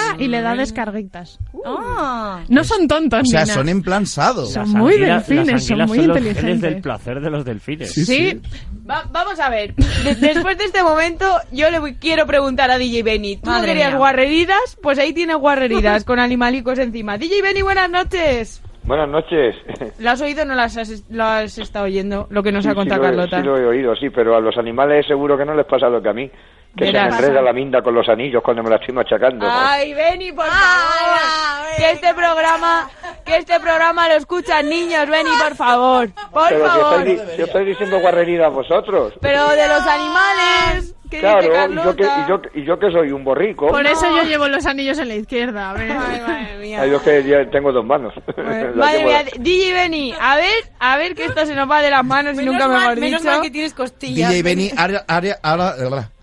anguila y le da descarguitas. Ah. No son tontos, Uh. O sea, ni nada. son en plan sado. Son muy delfines, las son anguilas muy los genes inteligentes. del placer de los delfines. Sí, Va- vamos a ver. De- después de este momento, yo le voy- quiero preguntar a DJ Benny. ¿Tú Madre querías mía. guarreridas? Pues ahí tiene guarreridas con animalicos encima. DJ Benny, buenas noches. Buenas noches. ¿La has oído o no las has, lo has estado oyendo? Lo que nos Sí, ha contado sí lo he- Carlota. sí lo he oído, sí, pero a los animales seguro que no les pasa lo que a mí. Que Verás. se me enreda la minda con los anillos cuando me la estoy machacando. Ay, Benny, por favor. Ah, venga. que este programa, que este programa lo escuchan niños, Benny, por favor. Por pero si favor. estáis di- yo estoy diciendo guarrerida a vosotros. Pero de los animales. ¿Qué dice claro, y Carlota? yo, que, y, yo, que- y yo que soy un borrico. Por eso yo llevo los anillos en la izquierda. a ver. Ay, madre mía. Ay, yo que ya tengo dos manos. Bueno, La madre llevo- mía, DJ Benny, a ver, a ver que esto se nos va de las manos y Menos, nunca mal, mejor menos dicho. mal que tienes costillas. DJ Benny, aria- aria- ara-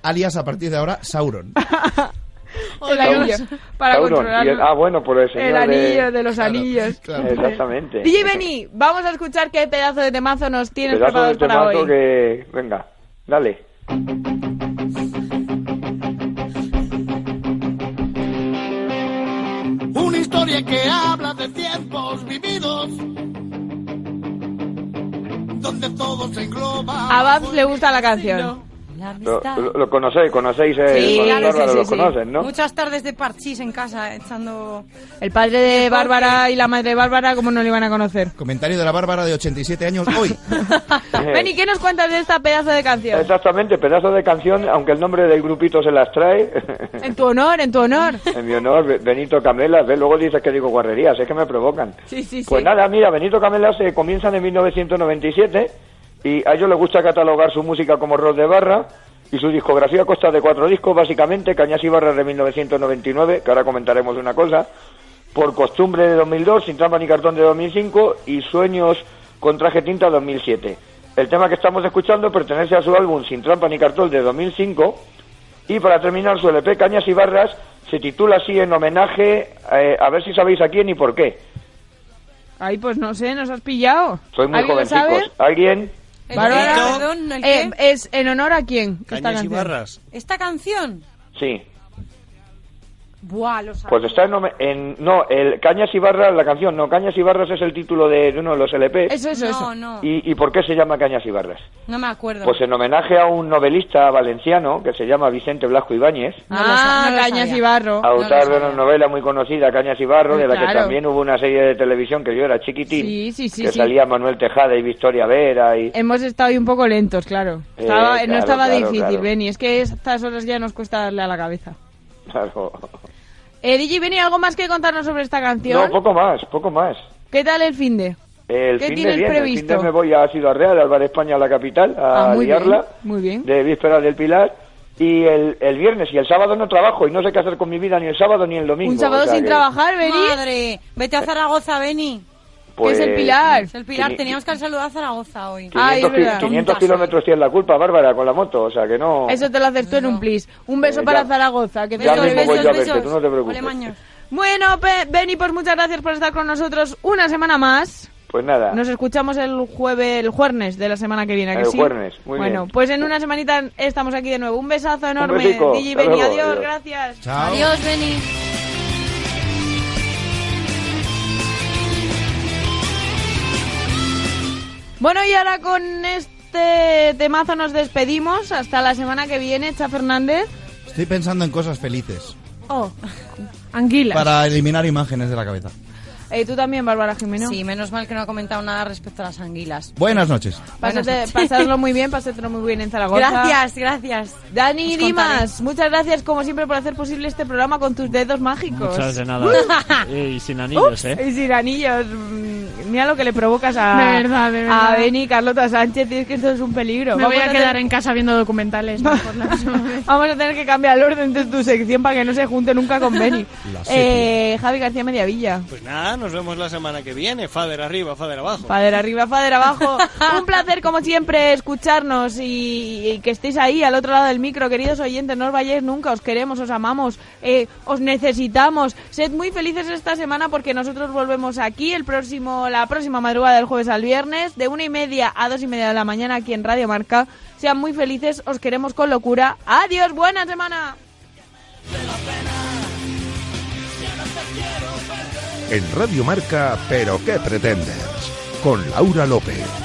alias a partir de ahora, Sauron. El anillo para Sauron, y el- controlarlo. ah, bueno, por el señor El anillo de los Claro, anillos. claro. Exactamente. DJ Benny, vamos a escuchar qué pedazo de temazo nos tienes Pedazo de preparados para temazo hoy. que... Venga, dale. Una historia que habla de tiempos vividos, donde todo se engloba. A Babs le gusta la canción. La Lo, amistad. lo- lo conocéis, conocéis el Sí, Juan claro, sí, Bárbara, sí, lo sí. conocen, ¿no? Muchas tardes de parchís en casa eh, echando... El padre de Bárbara y la madre de Bárbara, ¿cómo no le iban a conocer? Comentario de la Bárbara de 87 años hoy. Benny, ¿qué nos cuentas de esta pedazo de canción? Exactamente, pedazo de canción, aunque el nombre del grupito se las trae. En tu honor, en tu honor. en mi honor, Be- Benito Camelas, ve, luego dices que digo guarrerías, es que me provocan. Sí, sí, sí. Pues nada, mira, Benito Camelas se comienzan en 1997 y a ellos les gusta catalogar su música como rock de barra y su discografía consta de cuatro discos, básicamente Cañas y Barras de 1999, que ahora comentaremos una cosa, Por Costumbre de 2002, Sin Trampa ni Cartón de 2005 y Sueños con Traje Tinta 2007. El tema que estamos escuchando pertenece a su álbum Sin Trampa ni Cartón de 2005 y para terminar su LP Cañas y Barras se titula así en homenaje, eh, a ver si sabéis a quién y por qué. Ay, pues no sé, nos has pillado. Soy muy ¿Alguien lo sabe? jovencicos. ¿Alguien? Bárbara, Perdón, ¿el qué? eh, ¿Es en honor a quién? esta Cañas y canción? Barras. ¿Esta canción? Sí. Buah, lo sabía. Pues está en, home- en- no, el Cañas y Barras, la canción, no, Cañas y Barras es el título de, de uno de los LP. Eso, eso, No, eso. no. ¿Y, y por qué se llama Cañas y Barras? No me acuerdo. Pues en homenaje a un novelista valenciano que se llama Vicente Blasco Ibáñez, ah, Cañas y Barro. autor de una novela muy conocida, Cañas y Barro, de la que Claro. también hubo una serie de televisión que yo era chiquitín, Sí, sí, sí, que sí. salía Manuel Tejada y Victoria Vera y... Hemos estado ahí un poco lentos, claro. Eh, Estaba- claro, no estaba claro, difícil, claro. Beni. Es que estas horas ya nos cuesta darle a la cabeza. Claro. Eh, DJ Beni, ¿algo más que contarnos sobre esta No, pues, canción? poco más, poco más. ¿Qué tal el fin de? El ¿Qué fin de tienes bien, el fin de previsto? me voy a Ciudad Real, al Bar España, la capital, a Ah, muy liarla. bien. Muy bien. de Víspera del Pilar y el, el viernes y el sábado no trabajo y no sé qué hacer con mi vida ni el sábado ni el domingo. Un sábado o sea sin que, trabajar, Beni. Madre, vete a Zaragoza, Beni. pues, Es el Pilar. quini- Teníamos que haber saludado a Zaragoza hoy. 500, ki- 500 kilómetros tienes la culpa, Bárbara, con la moto, o sea que no... Eso te lo haces tú en un plis. Un beso Eh, para ya- Zaragoza. Que te ya lo mismo voy besos, yo a verte, besos. tú no te preocupes. Bueno, Pe- Beni, pues muchas gracias por estar con nosotros una semana más. Pues nada, Nos escuchamos el jueves, el jueves de la semana que viene. ¿a que El sí? jueves, muy bueno, bien. pues en una semanita estamos aquí de nuevo. Un besazo enorme. besico, DJ hasta Beni, luego, adiós, adiós. gracias. Chao. Adiós, Beni. Bueno, y ahora con este temazo nos despedimos. Hasta la semana que viene, Cha Fernández. Estoy pensando en cosas felices Oh, anguila. para eliminar imágenes de la cabeza. Eh, tú también, Bárbara Jimeno. Sí, menos mal que no ha comentado nada respecto a las anguilas. Buenas noches. Pásate, Buenas noches. pasadlo muy bien, pasártelo muy bien en Zaragoza. Gracias, gracias. Dani Os Dimas, muchas gracias como siempre por hacer posible este programa con tus dedos mágicos. Muchas de nada. y sin anillos, Ups, ¿eh? Y sin anillos. Mm, Mira lo que le provocas a, De verdad, de verdad. a Beni, Carlota Sánchez. Y es que esto es un peligro. Me voy a quedar tener- en casa viendo documentales. ¿no? Por la próxima vez. Vamos a tener que cambiar el orden de tu sección para que no se junte nunca con Beni. La sepia. eh, Javi García Mediavilla. Pues nada, nos vemos la semana que viene. Fader arriba, Fader abajo. Fader arriba, Fader abajo. Un placer, como siempre, escucharnos y, y que estéis ahí al otro lado del micro, queridos oyentes. No os vayáis nunca, os queremos, os amamos, eh, os necesitamos. Sed muy felices esta semana porque nosotros volvemos aquí el próximo, la próxima madrugada del jueves al viernes, de una y media a dos y media de la mañana aquí en Radio Marca. Sean muy felices, os queremos con locura. Adiós, buena semana. En Radio Marca, Pero qué pretenders, con Laura López.